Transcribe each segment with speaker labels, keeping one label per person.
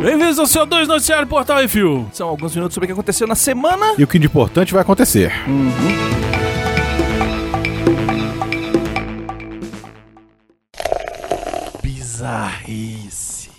Speaker 1: Bem-vindos ao CO2 Noticiário Portal Refil. São alguns minutos sobre o que aconteceu na semana. Uhum.
Speaker 2: E o que de importante vai acontecer.
Speaker 1: Bizarrice.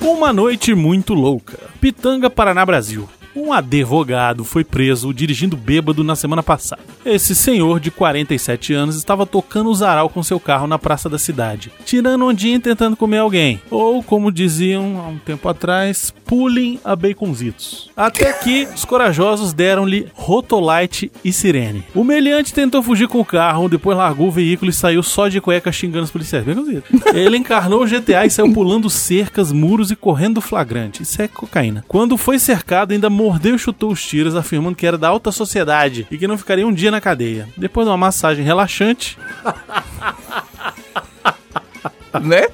Speaker 1: Uma noite muito louca. Pitanga, Paraná, Brasil. Um advogado foi preso dirigindo bêbado na semana passada. Esse senhor de 47 anos estava tocando o zarau com seu carro na praça da cidade, tirando ondinha e tentando comer alguém. Ou, como diziam há um tempo atrás, pulem a baconzitos. Até que os corajosos deram-lhe rotolite e sirene. O meliante tentou fugir com o carro, depois largou o veículo e saiu só de cueca xingando os policiais. Baconzito. Ele encarnou o GTA e saiu pulando cercas, muros e correndo do flagrante. Isso é cocaína. Quando foi cercado, ainda mordeu e chutou os tiros, afirmando que era da alta sociedade e que não ficaria um dia na cadeia. Depois de uma massagem relaxante,
Speaker 2: Né?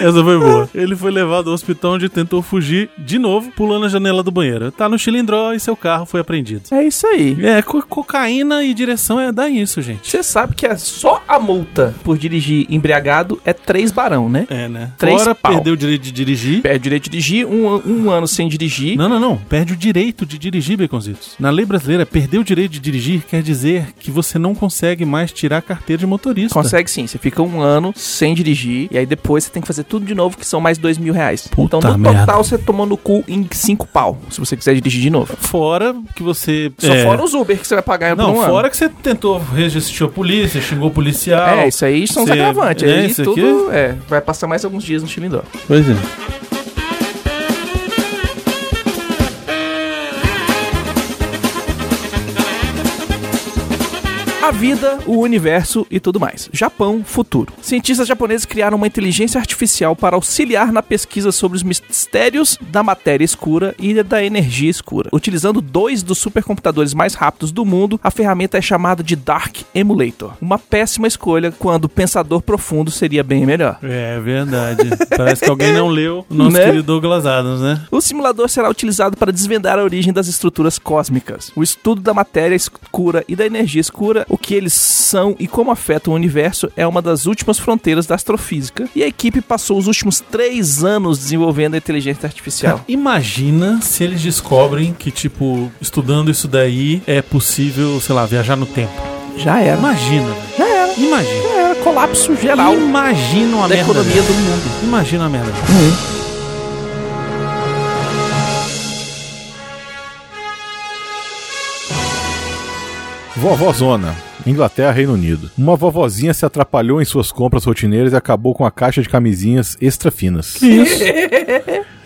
Speaker 1: Essa foi boa. Ele foi levado ao hospital onde tentou fugir de novo, pulando a janela do banheiro. Tá no cilindró e seu carro foi apreendido.
Speaker 3: É isso aí.
Speaker 1: É, co- cocaína e direção é dar isso, gente.
Speaker 3: Você sabe que é só a multa por dirigir embriagado é três barão, né?
Speaker 1: É, né?
Speaker 3: Três
Speaker 1: Fora
Speaker 3: pau.
Speaker 1: perdeu o direito de dirigir.
Speaker 3: Perde o direito de dirigir, um, an- um ano sem dirigir.
Speaker 1: Não, não, não. Perde o direito de dirigir, Beconzitos. Na lei brasileira, perder o direito de dirigir quer dizer que você não consegue mais tirar a carteira de motorista.
Speaker 3: Consegue sim, você fica um ano sem dirigir e aí depois você tem que fazer tudo de novo, que são mais dois mil reais.
Speaker 1: Puta
Speaker 3: então, no
Speaker 1: merda.
Speaker 3: total, você tomou no cu em cinco pau, se você quiser dirigir de novo.
Speaker 1: Fora que você.
Speaker 3: Só
Speaker 1: é,
Speaker 3: fora os Uber que você vai pagar por
Speaker 1: Não,
Speaker 3: um
Speaker 1: fora
Speaker 3: ano.
Speaker 1: que você tentou resistir a polícia, xingou o policial.
Speaker 3: É, isso aí são os
Speaker 1: Você-
Speaker 3: agravantes.
Speaker 1: é,
Speaker 3: aí
Speaker 1: isso
Speaker 3: tudo é, vai passar mais alguns dias no Chilindó.
Speaker 1: Pois é.
Speaker 3: A vida, o universo e tudo mais. Japão, futuro. Cientistas japoneses criaram uma inteligência artificial para auxiliar na pesquisa sobre os mistérios da matéria escura e da energia escura. Utilizando dois dos supercomputadores mais rápidos do mundo, a ferramenta é chamada de Dark Emulator. Uma péssima escolha quando pensador profundo seria bem melhor.
Speaker 1: É verdade. Parece que alguém não leu o nosso
Speaker 3: Né?
Speaker 1: querido Douglas Adams, né?
Speaker 3: O simulador será utilizado para desvendar a origem das estruturas cósmicas, o estudo da matéria escura e da energia escura, o que eles são e como afetam o universo é uma das últimas fronteiras da astrofísica. E a equipe passou os últimos três anos desenvolvendo a inteligência artificial.
Speaker 1: Imagina se eles descobrem que, tipo, estudando isso daí é possível, sei lá, viajar no tempo.
Speaker 3: Já era.
Speaker 1: Imagina.
Speaker 3: Já era.
Speaker 1: Imagina.
Speaker 3: Já era. Colapso geral
Speaker 1: Imagina uma
Speaker 3: da
Speaker 1: merda.
Speaker 3: economia
Speaker 1: dessa.
Speaker 3: do mundo.
Speaker 1: Imagina a merda.
Speaker 2: Vovózona. Inglaterra, Reino Unido. Uma vovozinha se atrapalhou em suas compras rotineiras e acabou com a caixa de camisinhas extra finas.
Speaker 1: Isso.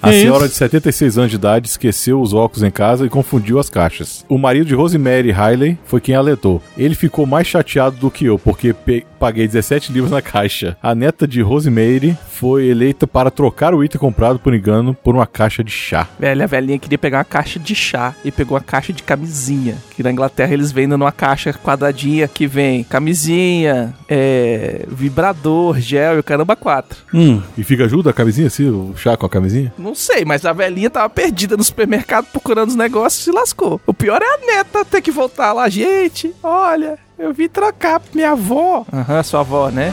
Speaker 2: A
Speaker 1: É
Speaker 2: senhora
Speaker 1: isso.
Speaker 2: de 76 anos de idade esqueceu os óculos em casa e confundiu as caixas. O marido de Rosemary Riley foi quem alertou. Ele ficou mais chateado do que eu, porque pe- paguei 17 livros na caixa. A neta de Rosemary foi eleita para trocar o item comprado por engano por uma caixa de chá.
Speaker 3: Velha, a velhinha queria pegar uma caixa de chá e pegou a caixa de camisinha. Que na Inglaterra eles vendem numa caixa quadradinha que vem camisinha, é, vibrador, gel e o caramba quatro.
Speaker 1: Hum.
Speaker 2: E fica ajuda a camisinha, assim, o chá com a camisinha?
Speaker 3: Não sei, mas a velhinha tava perdida no supermercado procurando os negócios e se lascou. O pior é a neta ter que voltar lá. Gente, olha, eu vim trocar pra minha avó. Aham, sua avó, né?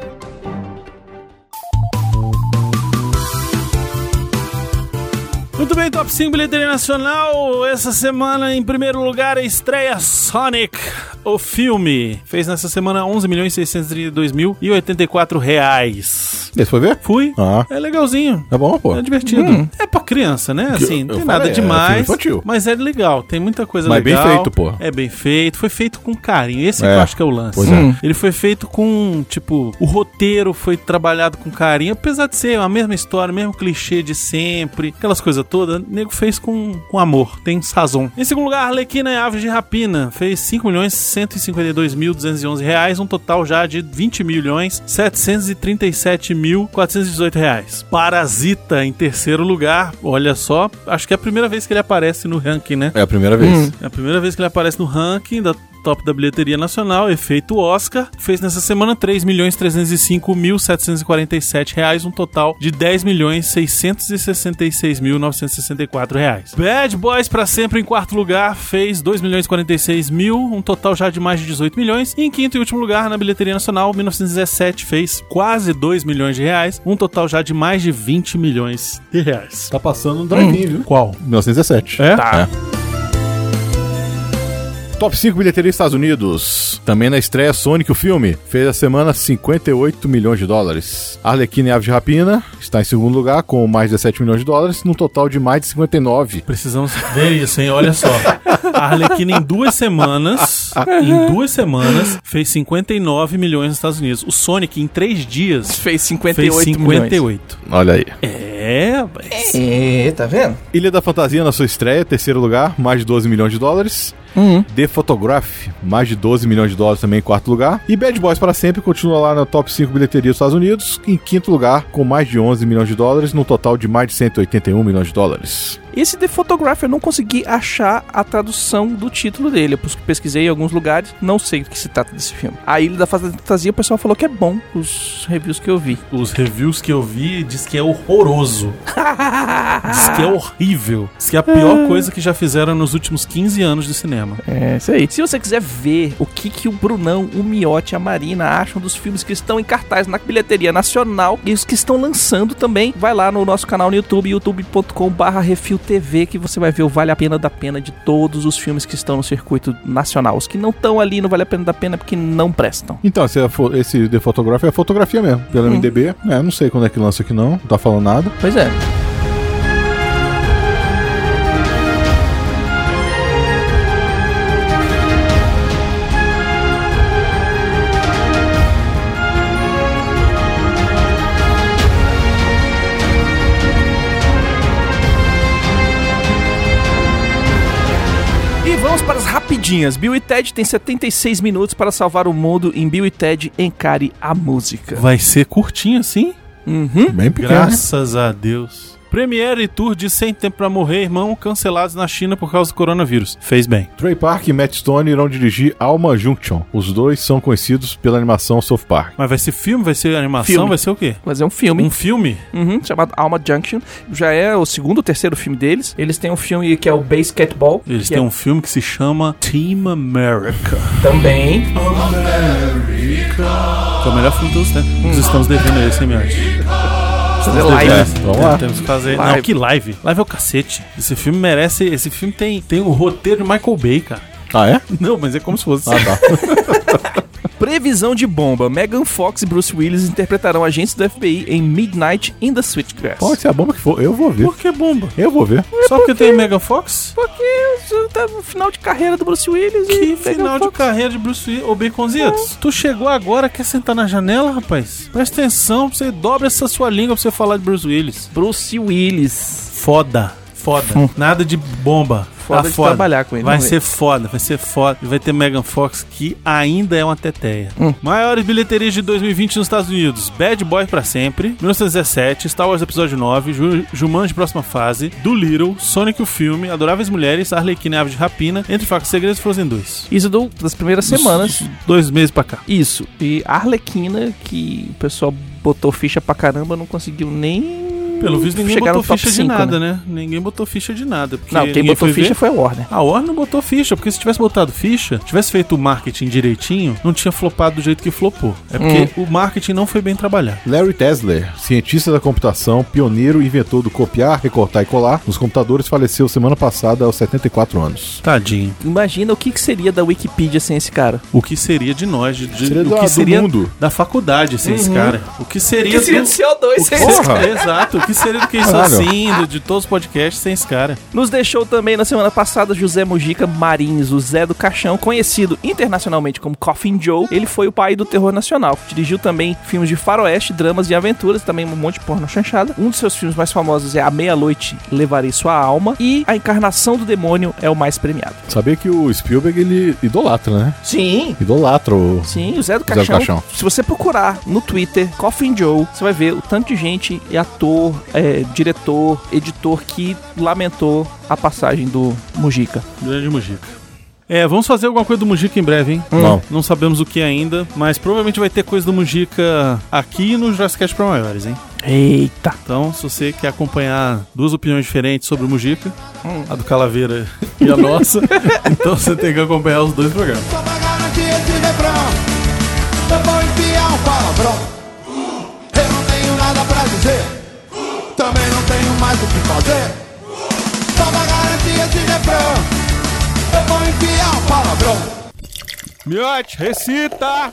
Speaker 1: Muito bem, Top 5 Bilheteria Nacional. Essa semana, em primeiro lugar, a estreia Sonic, o filme. Fez nessa semana 11.632.084 reais.
Speaker 2: Esse foi ver?
Speaker 1: Fui.
Speaker 2: Ah,
Speaker 1: É legalzinho.
Speaker 2: tá bom, pô.
Speaker 1: É divertido. É pra criança, né? Assim,
Speaker 2: eu
Speaker 1: não tem
Speaker 2: falei,
Speaker 1: nada
Speaker 2: é
Speaker 1: demais.
Speaker 2: filme infantil.
Speaker 1: mas é legal, tem muita coisa
Speaker 2: Mas é bem
Speaker 1: legal.
Speaker 2: feito, pô.
Speaker 1: É bem feito, foi feito com carinho. Esse que
Speaker 2: É.
Speaker 1: eu acho que é o lance.
Speaker 2: Pois é.
Speaker 3: Hum.
Speaker 1: Ele foi feito com, tipo, o roteiro foi trabalhado com carinho, apesar de ser a mesma história, o mesmo clichê de sempre, aquelas coisas toda, o nego fez com, com amor, tem sazon. Em segundo lugar, Arlequina e Aves de Rapina fez 5 milhões 152 mil 211 reais, um total já de 20 milhões 737 mil 418 reais. Parasita em terceiro lugar, olha só, acho que é a primeira vez que ele aparece no ranking, né?
Speaker 2: É a primeira vez.
Speaker 1: É a primeira vez que ele aparece no ranking da top da bilheteria nacional, efeito Oscar. Fez nessa semana 3.305.747 reais, um total de 10.666.964 reais. Bad Boys pra sempre em quarto lugar fez 2.046.000, um total já de mais de 18 milhões. E em quinto e último lugar na bilheteria nacional, 1917 fez quase 2 milhões de reais, um total já de mais de 20 milhões de reais.
Speaker 2: Tá passando um drive-in, viu?
Speaker 1: Qual?
Speaker 2: 1917.
Speaker 1: É?
Speaker 2: Tá. Top 5 bilheteria dos Estados Unidos. Também na estreia Sonic, o filme. Fez a semana 58 milhões de dólares. Arlequina e Aves de Rapina está em segundo lugar com mais 17 milhões de dólares, num total de mais de 59.
Speaker 1: Precisamos ver isso, hein? Olha só. A Arlequina em duas semanas, em duas semanas, fez 59 milhões nos Estados Unidos. O Sonic em três dias
Speaker 3: Fez 58
Speaker 1: É. fez
Speaker 3: milhões.
Speaker 1: 58.
Speaker 2: Olha aí.
Speaker 1: É, rapaz.
Speaker 4: É, tá vendo?
Speaker 2: Ilha da Fantasia na sua estreia, terceiro lugar, mais de 12 milhões de dólares.
Speaker 3: Uhum.
Speaker 2: The Photograph, mais de 12 milhões de dólares também em quarto lugar. E Bad Boys para sempre continua lá na top 5 bilheteria dos Estados Unidos, em quinto lugar, com mais de 11 milhões de dólares, num total de mais de 181 milhões de dólares.
Speaker 3: Esse The Photographer eu não consegui achar a tradução do título dele. Eu pus- pesquisei em alguns lugares, não sei do que se trata desse filme. A Ilha da Fantasia, o pessoal falou que é bom, os reviews que eu vi.
Speaker 1: Os reviews que eu vi diz que é horroroso. Diz que é horrível. Diz que é a pior coisa que já fizeram nos últimos 15 anos de cinema.
Speaker 3: É, isso aí. Se você quiser ver o que, que o Brunão, o Miotti, a Marina acham dos filmes que estão em cartaz na bilheteria nacional e os que estão lançando também, vai lá no nosso canal no YouTube, youtube.com.br RefilTV, que você vai ver o Vale a Pena da Pena de todos os filmes que estão no circuito nacional. Os que não estão ali no Vale a Pena da Pena é porque não prestam.
Speaker 2: Então, esse, é fo- esse The Photograph é fotografia mesmo, pelo
Speaker 3: Hum.
Speaker 2: MDB. É, não sei quando é que lança aqui não, não tá falando nada.
Speaker 3: Pois é. E vamos para as rapidinhas. Bill e Ted tem 76 minutos para salvar o mundo. Em Bill e Ted, encare a música.
Speaker 1: Vai ser curtinho assim?
Speaker 3: Uhum.
Speaker 2: Bem pequeno.
Speaker 1: Graças a Deus. Premiere e tour de Sem Tempo Pra Morrer, irmão, cancelados na China por causa do coronavírus. Fez bem.
Speaker 2: Trey Park e Matt Stone irão dirigir Alma Junction. Os dois são conhecidos pela animação South Park.
Speaker 1: Mas vai ser filme? Vai ser animação?
Speaker 3: Filme.
Speaker 1: Vai ser o quê?
Speaker 3: Mas é um filme.
Speaker 1: Um filme?
Speaker 3: Uhum, chamado Alma Junction. Já é o segundo ou terceiro filme deles. Eles têm um filme que é o Basketball.
Speaker 1: Eles
Speaker 3: que
Speaker 1: têm
Speaker 3: é
Speaker 1: um filme que se chama Team America.
Speaker 3: também.
Speaker 1: Que é o melhor filme de todos, né? Nós estamos devendo a esse, hein, Miotti?
Speaker 3: Fazer live.
Speaker 2: É, Vamos lá.
Speaker 1: Temos que fazer.
Speaker 3: Live.
Speaker 1: Não, que live. Live é o cacete. Esse filme merece. Esse filme tem, tem o roteiro de Michael Bay, cara.
Speaker 2: Ah, é?
Speaker 1: Não, mas é como se fosse.
Speaker 2: Ah, tá.
Speaker 3: Previsão de bomba. Megan Fox e Bruce Willis interpretarão agentes do FBI em Midnight in the Switchgrass.
Speaker 2: Pode ser a bomba que for, eu vou ver.
Speaker 1: Por que bomba?
Speaker 2: Eu vou ver.
Speaker 1: Só porque tem Megan Fox?
Speaker 3: Porque isso tá no final de carreira do Bruce Willis
Speaker 1: Que
Speaker 3: e Megan
Speaker 1: final de
Speaker 3: Fox.
Speaker 1: carreira de Bruce Willis. Ô, Baconzitos, tu chegou agora, quer sentar na janela, rapaz? Presta atenção, você dobra essa sua língua pra você falar de Bruce Willis.
Speaker 3: Bruce Willis.
Speaker 1: Foda. Foda. Nada de bomba.
Speaker 3: Hum.
Speaker 1: Tá
Speaker 3: Foda de trabalhar com ele,
Speaker 1: Vai
Speaker 3: não
Speaker 1: ser foda, vai ser foda. E vai ter Megan Fox, que ainda é uma teteia.
Speaker 3: Hum.
Speaker 1: Maiores bilheterias de 2020 nos Estados Unidos. Bad Boy pra sempre, 1917, Star Wars Episódio 9, Ju Jumanji Próxima Fase, Do Little, Sonic o Filme, Adoráveis Mulheres, Arlequina e Ave de Rapina, Entre Facas e Segredos e Frozen 2.
Speaker 3: Isso do, das primeiras semanas.
Speaker 1: Dois meses pra cá.
Speaker 3: Isso. E Arlequina, que o pessoal botou ficha pra caramba, não conseguiu nem.
Speaker 1: Pelo visto, ninguém
Speaker 3: chegar Hum, no
Speaker 1: botou
Speaker 3: top
Speaker 1: ficha de
Speaker 3: cinco,
Speaker 1: nada, né? Ninguém botou ficha de nada. porque
Speaker 3: Não, quem
Speaker 1: ninguém
Speaker 3: botou
Speaker 1: foi ver.
Speaker 3: ficha foi a Warner.
Speaker 1: A Warner não botou ficha, porque se tivesse botado ficha, tivesse feito o marketing direitinho, não tinha flopado do jeito que flopou. É porque o marketing não foi bem trabalhado.
Speaker 2: Larry Tesler, cientista da computação, pioneiro e inventor do copiar, recortar e colar nos computadores, faleceu semana passada aos 74 anos.
Speaker 1: Tadinho.
Speaker 3: Imagina o que, que seria da Wikipedia sem esse cara.
Speaker 1: O que seria de nós? De, de-
Speaker 2: Seria
Speaker 1: o
Speaker 2: do-
Speaker 1: que
Speaker 2: do
Speaker 1: seria
Speaker 2: mundo.
Speaker 1: da faculdade sem esse cara? Uhum. O que seria,
Speaker 3: CO2
Speaker 1: O que
Speaker 2: Porra!
Speaker 1: seria- Exato. O que Que seria do que isso
Speaker 2: Caralho.
Speaker 1: assim, do- de todos os podcasts, tem esse cara.
Speaker 5: Nos deixou também na semana passada José Mujica Marins, o Zé do Caixão, conhecido internacionalmente como Coffin Joe. Ele foi o pai do terror nacional. Dirigiu também filmes de faroeste, dramas e aventuras, também um monte de porno chanchada. Um dos seus filmes mais famosos é A Meia-Noite Levarei Sua Alma e A Encarnação do Demônio é o mais premiado.
Speaker 2: Sabia que o Spielberg, ele idolatra, né?
Speaker 5: Sim!
Speaker 2: Idolatra o...
Speaker 5: Sim, o Zé do
Speaker 2: Zé do
Speaker 5: Caixão.
Speaker 2: Caixão.
Speaker 5: Se você procurar no Twitter Coffin Joe, você vai ver o tanto de gente, e ator, é, diretor, editor que lamentou a passagem do Mujica.
Speaker 1: Grande Mujica. É, vamos fazer alguma coisa do Mujica em breve, hein?
Speaker 2: Não.
Speaker 1: Não sabemos o que ainda, mas provavelmente vai ter coisa do Mujica aqui no Jurassic Cast pra maiores, hein?
Speaker 5: Eita!
Speaker 1: Então, se você quer acompanhar duas opiniões diferentes sobre o Mujica,
Speaker 5: Hum.
Speaker 1: a do Calaveira e a nossa, então você tem que acompanhar os dois programas.
Speaker 6: Só pra garantir esse refrão Eu vou enfiar um palavrão Eu não tenho nada pra dizer Também não tenho mais o que fazer Só pra garantir esse refrão Eu vou enfiar um palavrão
Speaker 1: Miote, recita!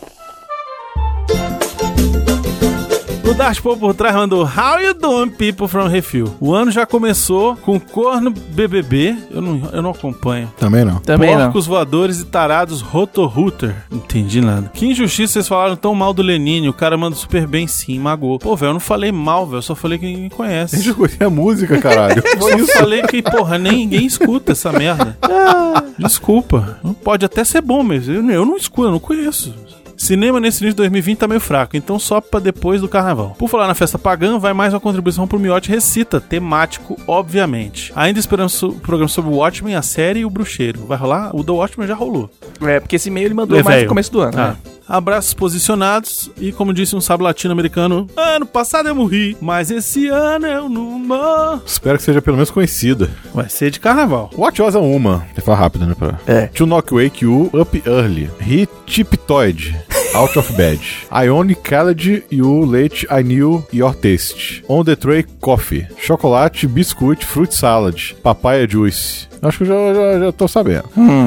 Speaker 1: O Dash Paul por trás mandou How you doing people from Refill? O ano já começou com corno BBB, eu não, eu não acompanho.
Speaker 2: Também não.
Speaker 5: Também não.
Speaker 1: Porcos voadores e tarados Rotorrooter. Entendi nada. Que injustiça vocês falaram tão mal do Lenine. O cara manda super bem sim, magou. Pô, velho, eu não falei mal, velho. eu Só falei que ninguém
Speaker 2: Eu
Speaker 1: conhece.
Speaker 2: já conheci a música, caralho.
Speaker 1: Só falei que, porra, nem ninguém escuta essa merda. Desculpa. Não Pode até ser bom, mas eu, eu não escuto, eu não conheço. Cinema nesse início de 2020 tá meio fraco, então só pra depois do carnaval. Por falar na festa pagã, vai mais uma contribuição pro Miote Recita, temático, obviamente. Ainda esperando so- o programa sobre o Watchmen, a série e o Bruxeiro. Vai rolar? O The Watchmen já rolou.
Speaker 5: É, porque esse e-mail ele mandou
Speaker 1: É,
Speaker 5: mais
Speaker 1: velho.
Speaker 5: no começo do ano.
Speaker 1: Tá.
Speaker 5: né?
Speaker 1: Abraços posicionados e, como disse um sábio latino-americano, ano passado eu morri, mas esse ano eu não morro.
Speaker 2: Espero que seja pelo menos conhecida.
Speaker 1: Vai ser de carnaval.
Speaker 2: What Was é uma. Tem que falar rápido, né? Pra...
Speaker 5: É.
Speaker 2: To Knock Wake You Up Early. He Tiptoid. Out of Bed. Ionic Calad You Late I Knew Your Taste. On the Tray Coffee. Chocolate, biscuit, fruit salad. Papaya juice. Acho que eu já, já, já tô sabendo.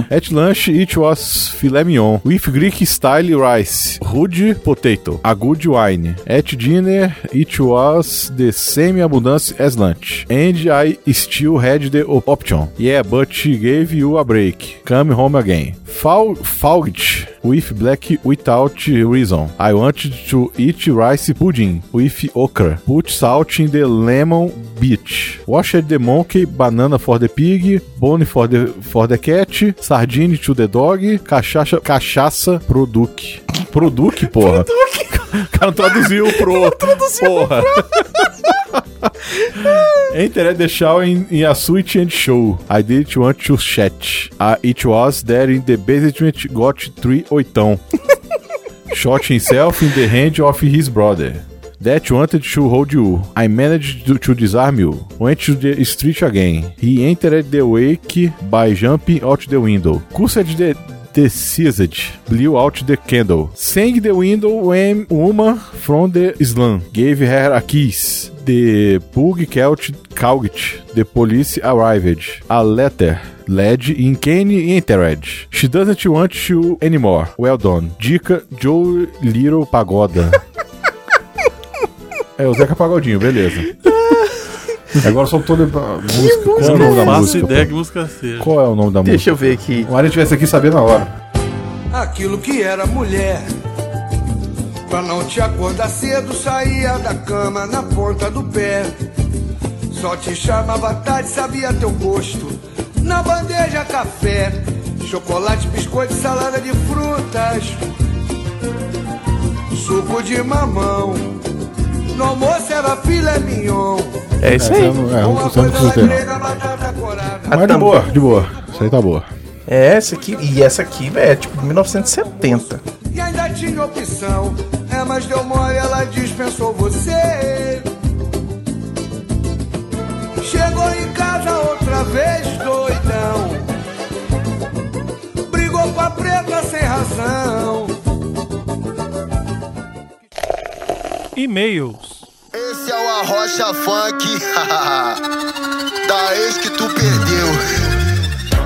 Speaker 2: At lunch, it was filé mignon. With Greek style rice. Rude potato. A good wine. At dinner, it was the same abundance as lunch. And I still had the op- option. Yeah, but she gave you a break. Come home again. Fal Falged with black without reason. I wanted to eat rice pudding with okra. Put salt in the lemon beach. Wash the monkey, banana for the pig, bone for the, for the cat, sardine to the dog, cachaça, cachaça pro duque. Pro duque, porra. O cara traduziu pro. traduziu porra. Enter at the show in, in a sweet and show. I didn't want to chat. Uh, it was there in the basement got three oitão. Shot himself in the hand of his brother. That wanted to hold you. I managed to, to disarm you. Went to the street again. He entered the wake by jumping out the window. Cursed the deceased. Blew out the candle. Sang the window when woman from the slum gave her a kiss. The pug caught Calgit. The police arrived. A letter. Led in Kane Entered. She doesn't want you anymore. Well done. Dica Joe Little Pagoda. é o Zeca Pagodinho, beleza. Agora só tô lembrando. Música. Qual é o nome
Speaker 1: Não
Speaker 2: da
Speaker 1: faço
Speaker 2: música?
Speaker 1: ideia que
Speaker 2: pô?
Speaker 1: música seja.
Speaker 2: Qual é o nome da música?
Speaker 3: Deixa eu ver aqui.
Speaker 2: O Ari tivesse aqui saber na hora.
Speaker 6: Aquilo que era mulher Pra não te acordar cedo Saía da cama na ponta do pé Só te chamava à tarde Sabia teu gosto Na bandeja café Chocolate, biscoito, salada de frutas Suco de mamão No almoço era filé mignon
Speaker 5: É isso aí.
Speaker 2: eu não, é, eu não,
Speaker 6: Uma
Speaker 2: eu não
Speaker 6: coisa
Speaker 2: preciso ter, não.
Speaker 6: lagrega, batata corada
Speaker 2: Mas de boa, de boa. Isso aí tá boa.
Speaker 3: É, essa aqui. E essa aqui, velho, é tipo 1970.
Speaker 6: E ainda tinha opção. É, mas deu mole, ela dispensou você. Chegou em casa outra vez, doidão. Brigou com a preta sem razão.
Speaker 1: E-mails.
Speaker 7: Esse é o Arrocha Funk da ex que tu perdeu.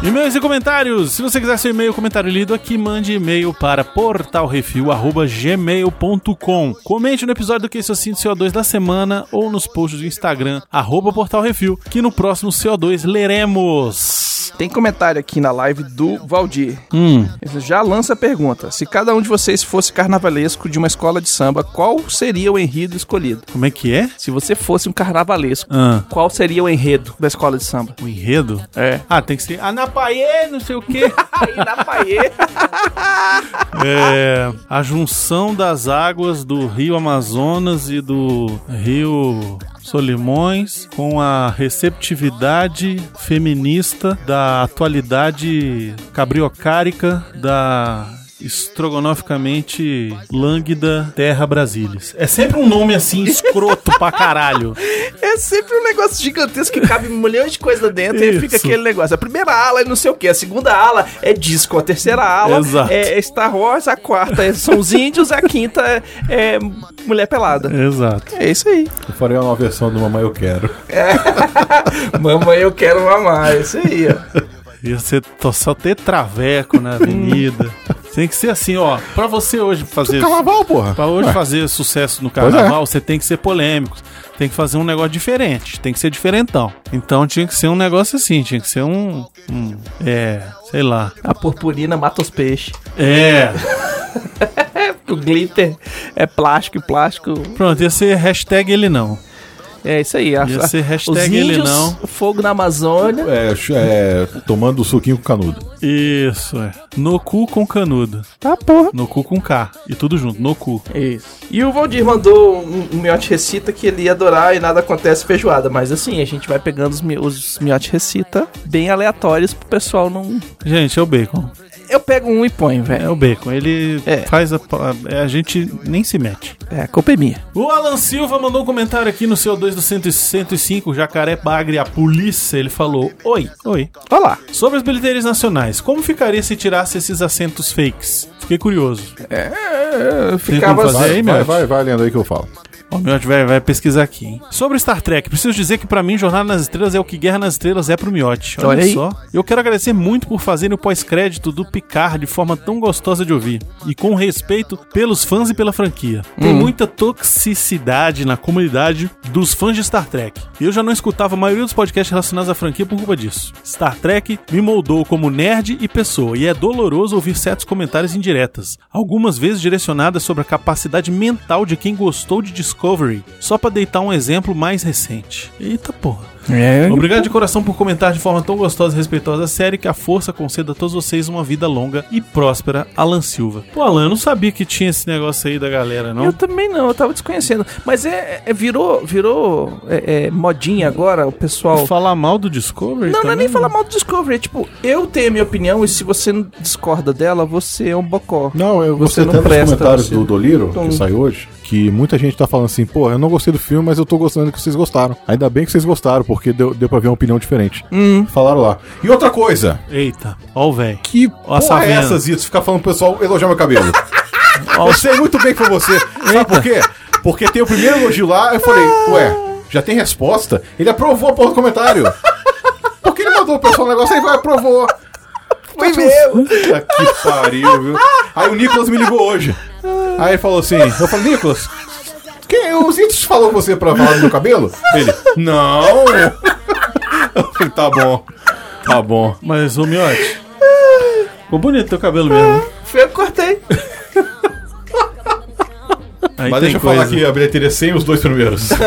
Speaker 1: E-mails e comentários. Se você quiser seu e-mail comentário lido aqui, mande e-mail para portalrefil@gmail.com. Comente no episódio do que é eu sinto CO2 da semana ou nos posts do Instagram arroba @portalrefil, que no próximo CO2 leremos.
Speaker 5: Tem comentário aqui na live do Valdir. Ele Já lança a pergunta. Se cada um de vocês fosse carnavalesco de uma escola de samba, qual seria o enredo escolhido?
Speaker 1: Como é que é?
Speaker 5: Se você fosse um carnavalesco,
Speaker 1: Ah.
Speaker 5: qual seria o enredo da escola de samba?
Speaker 1: O enredo?
Speaker 5: É.
Speaker 1: Ah, tem que ser Anapaê, não sei o quê.
Speaker 5: Aí na paê.
Speaker 1: É, a junção das águas do rio Amazonas e do rio Solimões com a receptividade feminista da atualidade cabriocárica da estrogonoficamente lânguida Terra Brasilis. É sempre um nome assim escroto pra caralho.
Speaker 3: É sempre um negócio gigantesco que cabe um milhão de coisa dentro e aí fica
Speaker 1: Isso.
Speaker 3: aquele negócio. A primeira ala é não sei o que, a segunda ala é disco, a terceira ala
Speaker 1: Exato.
Speaker 3: é Star Wars, a quarta é- são os índios, a quinta é, é mulher pelada.
Speaker 1: Exato.
Speaker 3: É isso aí.
Speaker 2: Eu farei uma versão do Mamãe Eu Quero.
Speaker 3: Mamãe, eu quero mamar, é isso aí, ó.
Speaker 1: Ia ser to- só ter traveco na avenida. Tem que ser assim, ó. Pra você hoje fazer.
Speaker 2: Carnaval, porra.
Speaker 1: Pra hoje fazer sucesso no
Speaker 2: Pois
Speaker 1: carnaval, você tem que ser polêmico. Tem que fazer um negócio diferente, tem que ser diferentão. Então tinha que ser um negócio assim, tinha que ser um. um- é, sei lá.
Speaker 3: A purpurina mata os peixes.
Speaker 1: É.
Speaker 3: O glitter
Speaker 5: É plástico e plástico.
Speaker 1: Pronto, ia ser hashtag ele não.
Speaker 5: É isso aí.
Speaker 1: Ia ser hashtag
Speaker 5: os
Speaker 1: ele
Speaker 5: índios,
Speaker 1: não.
Speaker 5: fogo na Amazônia.
Speaker 2: É, ch- é, tomando suquinho com canudo.
Speaker 1: Isso, é. No cu com canudo.
Speaker 5: Tá porra.
Speaker 1: No cu com K. E tudo junto, no cu.
Speaker 3: Isso. E o Valdir mandou um, um miote recita que ele ia adorar e nada acontece feijoada. Mas assim, a gente vai pegando os, mi os miote recita bem aleatórios pro pessoal não.
Speaker 1: Gente, é o bacon.
Speaker 3: Eu pego um e ponho, velho.
Speaker 1: É o bacon. Ele
Speaker 3: É.
Speaker 1: faz a. A a gente nem se mete.
Speaker 3: É, a culpa é minha.
Speaker 1: O Alan Silva mandou um comentário aqui no CO2 do 100 e 105, Jacaré Bagre, a polícia. Ele falou: Oi, oi.
Speaker 3: Olha lá.
Speaker 1: Sobre as bilheterias nacionais, como ficaria se tirasse esses assentos fakes? Fiquei curioso.
Speaker 5: É,
Speaker 3: Eu
Speaker 1: como
Speaker 3: ficava
Speaker 1: fazer?
Speaker 3: assim.
Speaker 1: aí,
Speaker 2: Vai, vai,
Speaker 1: Miotti?
Speaker 2: vai, vai lendo aí que eu falo.
Speaker 1: Ó, meu, vai, vai pesquisar aqui, hein? Sobre Star Trek, preciso dizer que pra mim Jornada nas Estrelas é o que Guerra nas Estrelas é pro Miotti. Olha,
Speaker 3: Olha aí.
Speaker 1: só. Eu quero agradecer muito por fazerem o pós-crédito do Picard de forma tão gostosa de ouvir. E com respeito pelos fãs e pela franquia. Tem muita toxicidade na comunidade dos fãs de Star Trek. E eu já não escutava a maioria dos podcasts relacionados à franquia por culpa disso. Star Trek me moldou como nerd e pessoa, e é doloroso ouvir certos comentários indiretas, algumas vezes direcionadas sobre a capacidade mental de quem gostou de Discovery, só pra deitar um exemplo mais recente. Eita porra.
Speaker 5: assim. É,
Speaker 1: Obrigado de coração por comentar de forma tão gostosa e respeitosa a série que a força conceda a todos vocês uma vida longa e próspera, Alan Silva. Pô, Alan, eu não sabia que tinha esse negócio aí da galera, não.
Speaker 5: Eu também não, eu tava desconhecendo. Mas é, é- virou, virou é, é, modinha agora, o pessoal.
Speaker 1: Falar mal do
Speaker 5: Não,
Speaker 1: Discovery?
Speaker 5: não é
Speaker 1: também, né?
Speaker 5: nem falar mal do Discovery, é tipo, eu tenho a minha opinião e se você não discorda dela, você é um bocó.
Speaker 2: Não, eu
Speaker 5: Você
Speaker 2: gostei
Speaker 5: não
Speaker 2: tanto dos
Speaker 5: presta,
Speaker 2: comentários
Speaker 5: você-
Speaker 2: do Doliro,
Speaker 5: Hum.
Speaker 2: que saiu hoje, que muita gente tá falando assim, pô, eu não gostei do filme, mas eu tô gostando que vocês gostaram. Ainda bem que vocês gostaram, porque deu, deu pra ver uma opinião diferente. Falaram lá. E outra coisa,
Speaker 1: Eita, ó o velho.
Speaker 2: que
Speaker 1: Ó a
Speaker 2: porra é
Speaker 1: Savena.
Speaker 2: essa, Zito? Ficar falando pro pessoal elogiar meu cabelo. eu sei muito bem que foi você. Sabe por quê? Porque tem o primeiro elogio lá, eu falei, ué, já tem resposta? Ele aprovou a porra do comentário. Porque ele mandou o pessoal um negócio, ele vai aprovou. Foi mesmo. Puta que pariu, viu? Aí o Nicolas me ligou hoje. Aí ele falou assim, eu falei, Nicolas, quem, o Zito falou com você pra falar do meu cabelo? Ele, não. Eu falei, tá bom, tá bom.
Speaker 1: Mas, ô Miote. Ficou bonito teu cabelo mesmo. hein?
Speaker 3: Foi eu que cortei.
Speaker 1: Aí
Speaker 2: Mas
Speaker 1: tem
Speaker 2: deixa eu
Speaker 1: coisa.
Speaker 2: falar aqui a bilheteria sem os dois primeiros.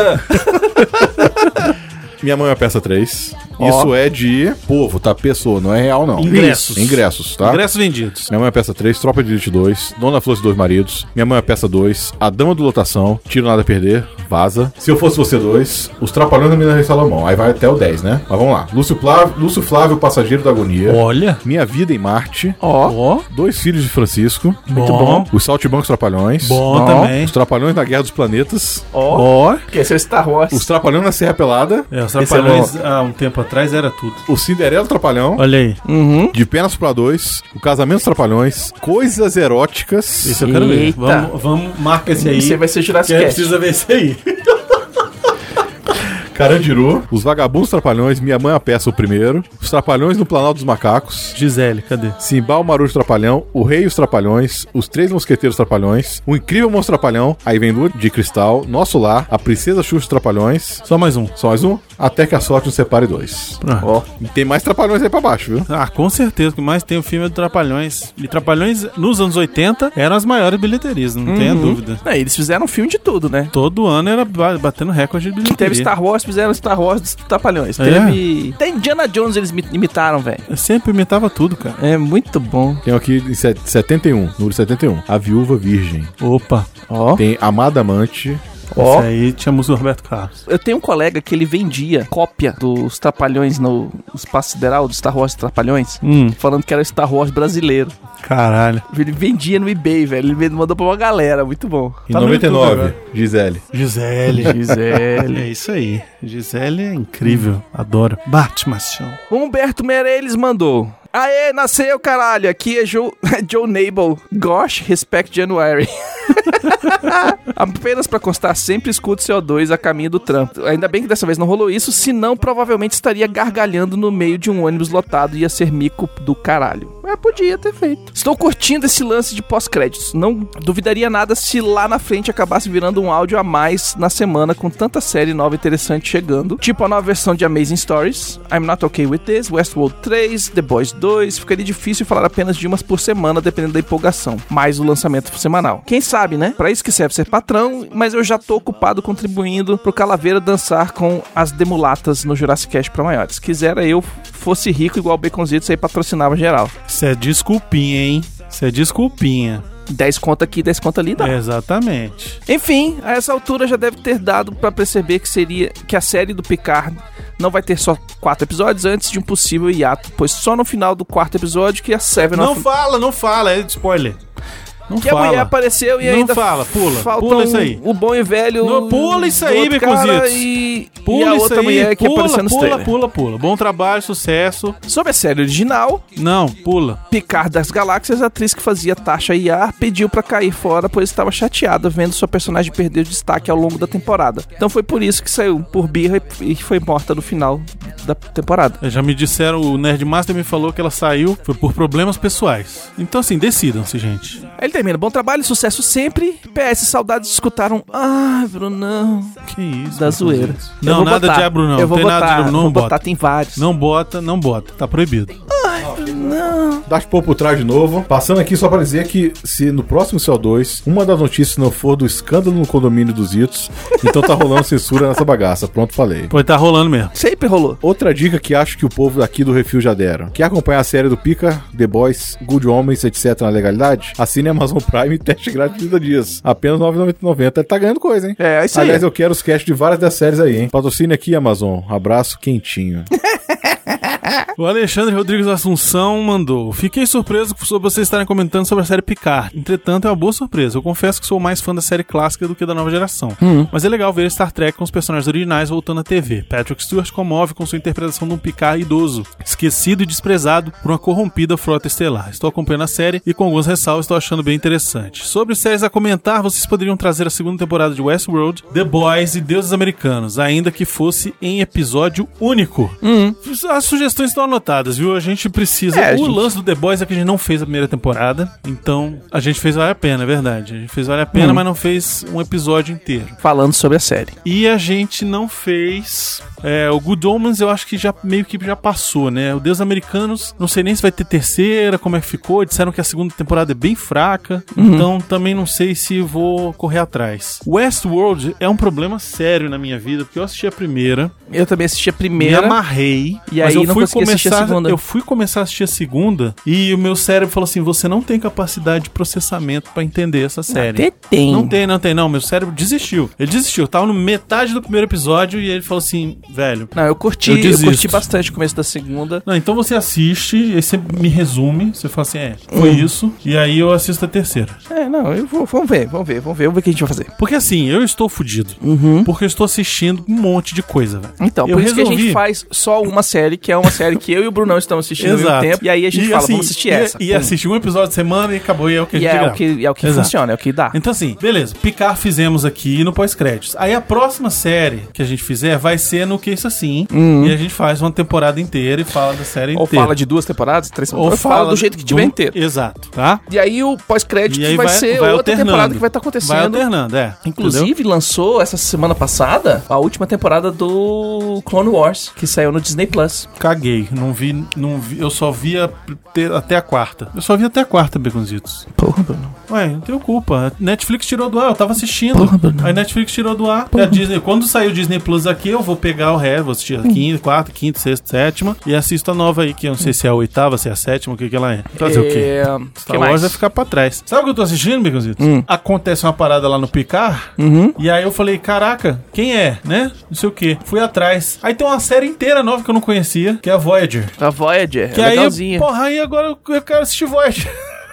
Speaker 2: Minha mãe é uma peça 3. Isso é de povo, tá? Pessoa, não é real, não.
Speaker 1: Ingressos.
Speaker 2: Isso. Ingressos, tá?
Speaker 1: Ingressos vendidos.
Speaker 2: Minha mãe é peça 3, Tropa de Elite 2, Dona Flor e Dois Maridos, Minha mãe é peça 2, A Dama do Lotação, Tiro Nada a Perder, Vaza, Se Eu Fosse Você 2, Os Trapalhões da Minas Rei Salomão, aí vai até o 10, né? Mas vamos lá. Lúcio, Plá- Lúcio Flávio, Passageiro da Agonia,
Speaker 1: Olha.
Speaker 2: Minha Vida em Marte,
Speaker 1: Ó.
Speaker 2: Dois Filhos de Francisco,
Speaker 1: Muito bom.
Speaker 2: Os Saltibancos Trapalhões,
Speaker 1: Bom também.
Speaker 2: Os Trapalhões na Guerra dos Planetas,
Speaker 1: Ó.
Speaker 3: Porque esse é o Star Wars.
Speaker 2: Os Trapalhões na Serra Pelada,
Speaker 1: É, os
Speaker 2: Esse é
Speaker 1: Trapalhões há um tempo atrás era tudo.
Speaker 2: o Cinderela Trapalhão,
Speaker 1: Olha aí.
Speaker 2: De Penas pra Dois, O Casamento dos Trapalhões, Coisas Eróticas.
Speaker 1: Isso eu quero ver.
Speaker 3: Eita.
Speaker 1: Vamos, vamos, marca esse é aí.
Speaker 3: Você vai ser
Speaker 1: que
Speaker 3: Jurassic
Speaker 1: aí
Speaker 3: Cast.
Speaker 1: precisa ver esse aí.
Speaker 2: Carandiru, Os Vagabundos Trapalhões, Minha Mãe a Peça, o primeiro, Os Trapalhões no Planalto dos Macacos,
Speaker 1: Gisele, cadê?
Speaker 2: Simbal Marujo Trapalhão, O Rei e os Trapalhões, Os Três Mosqueteiros Trapalhões, O Incrível Monstro Trapalhão, A Lua de Cristal, Nosso Lar, A Princesa Xuxa dos Trapalhões,
Speaker 1: Só mais um.
Speaker 2: só mais um, Até que a Sorte nos separe dois.
Speaker 1: Pronto.
Speaker 3: Ó,
Speaker 2: E tem mais Trapalhões aí pra baixo, viu?
Speaker 1: Ah, com certeza. O que mais tem o filme é do Trapalhões. E Trapalhões, nos anos 80, eram as maiores bilheterias, não tenha dúvida.
Speaker 3: É, eles fizeram um filme de tudo, né?
Speaker 1: Todo ano era ba- batendo recorde de bilheteria.
Speaker 3: Teve Star Wars, fizeram Star Wars dos Trapalhões.
Speaker 1: É.
Speaker 3: Teve. Até Indiana Jones eles mi- imitaram, velho.
Speaker 1: Eu sempre imitava tudo, cara.
Speaker 3: É muito bom.
Speaker 2: Tem aqui em set- 71, número 71, A Viúva Virgem.
Speaker 1: Opa,
Speaker 3: Ó,
Speaker 2: Tem Amada Amante,
Speaker 3: ó.
Speaker 1: isso aí tinha música do Roberto Carlos.
Speaker 3: Eu tenho um colega que ele vendia cópia dos Trapalhões no Espaço Sideral, do Star Wars Trapalhões,
Speaker 1: Hum.
Speaker 3: falando que era Star Wars brasileiro.
Speaker 1: Caralho.
Speaker 3: Ele vendia no eBay, velho. Ele mandou pra uma galera, muito bom.
Speaker 2: em
Speaker 1: Tá no YouTube
Speaker 2: 99,
Speaker 1: agora.
Speaker 2: Gisele.
Speaker 1: Gisele.
Speaker 3: Gisele.
Speaker 1: É isso aí. Gisele é incrível. Adoro. Batman. chão.
Speaker 3: Humberto Meirelles mandou. Aê, nasceu, caralho. Aqui é Joe, Joe Nable. Gosh, respect January. Apenas pra constar, sempre escuto CO2 a caminho do trampo. Ainda bem que dessa vez não rolou isso, senão provavelmente estaria gargalhando no meio de um ônibus lotado e ia ser mico do caralho. Mas podia ter feito. Estou curtindo esse lance de pós-créditos. Não duvidaria nada se lá na frente acabasse virando um áudio a mais na semana com tanta série nova e interessante chegando. Tipo a nova versão de Amazing Stories, I'm Not Okay With This, Westworld 3, The Boys 2. Ficaria difícil falar apenas de umas por semana, dependendo da empolgação. Mais o lançamento semanal. Quem sabe, né? Pra isso que serve ser patrão, mas eu já tô ocupado contribuindo pro Calaveira dançar com as demulatas no Jurassic Cast pra maiores. Quisera eu fosse rico igual o Baconzitos aí patrocinava geral.
Speaker 1: Isso é desculpinha, hein? Isso é desculpinha.
Speaker 3: 10 conto aqui, 10 conto ali, dá.
Speaker 1: Exatamente.
Speaker 3: Enfim, a essa altura já deve ter dado pra perceber que seria que a série do Picard não vai ter só quatro episódios antes de um possível hiato, pois só no final do quarto episódio que a Seven
Speaker 1: Não
Speaker 3: of-
Speaker 1: fala, não fala. É spoiler. Não
Speaker 3: que a mulher
Speaker 1: fala.
Speaker 3: apareceu e
Speaker 1: Não
Speaker 3: ainda
Speaker 1: fala, pula,
Speaker 3: faltam
Speaker 1: pula isso aí.
Speaker 3: O bom e velho
Speaker 1: Não, pula isso aí,
Speaker 3: do outro cara
Speaker 1: Baconzitos.
Speaker 3: e, e
Speaker 1: Pula
Speaker 3: a
Speaker 1: isso
Speaker 3: outra
Speaker 1: aí.
Speaker 3: mulher que
Speaker 1: pula,
Speaker 3: apareceu no
Speaker 1: pula,
Speaker 3: trailer.
Speaker 1: pula, pula. Bom trabalho, sucesso.
Speaker 3: Sobre a série original,
Speaker 1: Não, pula.
Speaker 3: Picard das Galáxias, a atriz que fazia Tasha Yar, pediu pra cair fora, pois estava chateada vendo sua personagem perder o destaque ao longo da temporada. Então foi por isso que saiu por birra e e foi morta no final da temporada.
Speaker 1: É, Já me disseram, o Nerdmaster me falou que ela saiu foi por problemas pessoais. Então, assim, decidam-se, gente.
Speaker 3: Aí ele termina, bom trabalho, sucesso sempre. PS, saudades escutaram. Ah, Brunão.
Speaker 1: Que isso.
Speaker 3: Da
Speaker 1: meu
Speaker 3: zoeira.
Speaker 1: Deus.
Speaker 3: Eu
Speaker 1: Não,
Speaker 3: vou
Speaker 1: nada
Speaker 3: botar,
Speaker 1: de abro, não.
Speaker 3: Eu vou
Speaker 1: Tem
Speaker 3: botar,
Speaker 1: nada de abro, não
Speaker 3: vou
Speaker 1: bota.
Speaker 3: botar, tem vários.
Speaker 1: Não bota, não bota. Tá proibido.
Speaker 2: Dark Pop por trás de novo. Passando aqui só pra dizer que se no próximo CO2 uma das notícias não for do escândalo no condomínio dos Itos, então tá rolando censura nessa bagaça. Pronto, falei.
Speaker 1: Pô, tá rolando mesmo.
Speaker 3: Sempre rolou.
Speaker 2: Outra dica que acho que o povo daqui do Refil já deram. Quer acompanhar a série do Pica, The Boys, Good Homens, etc. na legalidade? Assine a Amazon Prime e teste grátis de 30 dias. Apenas R$ 9,90. Tá ganhando coisa, hein?
Speaker 3: É, é isso aí.
Speaker 2: Aliás, eu quero os casts de várias das séries aí, hein? Patrocínio aqui, Amazon. Abraço quentinho.
Speaker 1: O Alexandre Rodrigues Assunção mandou. Fiquei surpreso sobre vocês estarem comentando sobre a série Picard. Entretanto, é uma boa surpresa. Eu confesso que sou mais fã da série clássica do que da nova geração. Mas é legal ver Star Trek com os personagens originais voltando à TV. Patrick Stewart comove com sua interpretação de um Picard idoso, esquecido e desprezado por uma corrompida frota estelar. Estou acompanhando a série e com alguns ressalvas estou achando bem interessante. Sobre séries a comentar, vocês poderiam trazer a segunda temporada de Westworld, The Boys e Deuses Americanos, ainda que fosse em episódio único. As sugestões estão anotadas, viu? A gente precisa.
Speaker 3: É,
Speaker 1: o
Speaker 3: gente.
Speaker 1: lance do The Boys é que a gente não fez a primeira temporada, então a gente fez vale a pena, é verdade. A gente fez vale a
Speaker 3: Hum.
Speaker 1: pena, mas não fez um episódio inteiro.
Speaker 3: Falando sobre a série.
Speaker 1: E a gente não fez. é, o Good Omens eu acho que já meio que já passou, né? O Deus Americanos, não sei nem se vai ter terceira, como é que ficou. Disseram que a segunda temporada é bem fraca,
Speaker 3: Uhum.
Speaker 1: então também não sei se vou correr atrás. Westworld é um problema sério na minha vida, porque eu assisti a primeira,
Speaker 3: Eu também assisti a
Speaker 1: me
Speaker 3: primeira.
Speaker 1: amarrei.
Speaker 3: E
Speaker 1: mas
Speaker 3: aí
Speaker 1: eu
Speaker 3: não
Speaker 1: fui
Speaker 3: consegui assistir a
Speaker 1: começar,
Speaker 3: segunda.
Speaker 1: Eu fui começar a assistir a segunda e o meu cérebro falou assim: você não tem capacidade de processamento pra entender essa série.
Speaker 3: Até tem.
Speaker 1: Não tem, não tem, não. Meu cérebro desistiu. Ele desistiu. Tava no metade do primeiro episódio e ele falou assim, velho.
Speaker 3: Não, eu curti,
Speaker 1: Eu
Speaker 3: eu,
Speaker 1: desisto.
Speaker 3: curti bastante o começo da segunda.
Speaker 1: Não, então você assiste, aí você me resume, você fala assim, é, foi
Speaker 3: Hum.
Speaker 1: isso, e aí eu assisto a terceira.
Speaker 3: É, não, eu vou, vamos ver, vamos ver, vamos ver, vamos ver o que a gente vai fazer.
Speaker 1: Porque assim, eu estou fudido. Porque eu estou assistindo um monte de coisa, velho.
Speaker 3: Uhum. Então,
Speaker 1: eu
Speaker 3: por isso que a gente faz só uma série, que que é uma série que eu e o Brunão estamos assistindo ao mesmo
Speaker 1: Exato.
Speaker 3: tempo. E aí a gente
Speaker 1: E,
Speaker 3: fala,
Speaker 1: assim,
Speaker 3: vamos assistir
Speaker 1: e-
Speaker 3: essa.
Speaker 1: E,
Speaker 3: Pum.
Speaker 1: assistir um episódio de semana e acabou, e é o que a
Speaker 3: E
Speaker 1: gente
Speaker 3: é,
Speaker 1: grava.
Speaker 3: o que, é o que
Speaker 1: Exato.
Speaker 3: funciona, é o que dá.
Speaker 1: Então, assim, beleza, picar fizemos aqui no pós-créditos. Aí a próxima série que a gente fizer vai ser no Que Isso Assim. E a gente faz uma temporada inteira e fala da série
Speaker 3: Uhum. Ou
Speaker 1: inteira.
Speaker 3: fala de duas temporadas, três temporadas, ou fala do jeito que tiver
Speaker 1: do-
Speaker 3: inteiro.
Speaker 1: Exato, tá?
Speaker 3: E aí o pós-crédito
Speaker 1: E aí
Speaker 3: vai, ser outra temporada que vai estar
Speaker 1: Vai
Speaker 3: acontecendo.
Speaker 1: alternando, é.
Speaker 3: Inclusive,
Speaker 1: Entendeu?
Speaker 3: lançou essa semana passada a última temporada do Clone Wars, que saiu no Disney Plus.
Speaker 1: caguei. Não vi, não vi. Eu só via te- até a quarta. Eu só vi até a quarta, Beconzitos.
Speaker 3: Porra, Bruno.
Speaker 1: Ué, não tenho culpa. Netflix tirou do ar, eu tava assistindo.
Speaker 3: Porra, Bruno.
Speaker 1: Aí Netflix tirou do ar. E a Disney, quando sair o Disney Plus aqui, eu vou pegar o resto, vou assistir a
Speaker 3: Hum.
Speaker 1: quinta, quarta, quinta, sexta, sétima. E assisto a nova aí, que eu não sei se é a oitava, se é a sétima, o que que ela é. Fazer o quê?
Speaker 3: que
Speaker 1: Star Wars é
Speaker 3: mais? Hum.
Speaker 1: vai ficar pra trás. Sabe o que eu tô assistindo, Beconzitos? Acontece uma parada lá no Picar.
Speaker 3: Uhum.
Speaker 1: E aí eu falei, caraca, quem é, né? Não sei o quê. Fui atrás. Aí tem uma série inteira nova que eu não conhecia, que é a Voyager.
Speaker 3: A Voyager,
Speaker 1: Que
Speaker 3: é
Speaker 1: aí,
Speaker 3: legalzinha.
Speaker 1: porra, aí agora eu- eu quero assistir Voyager.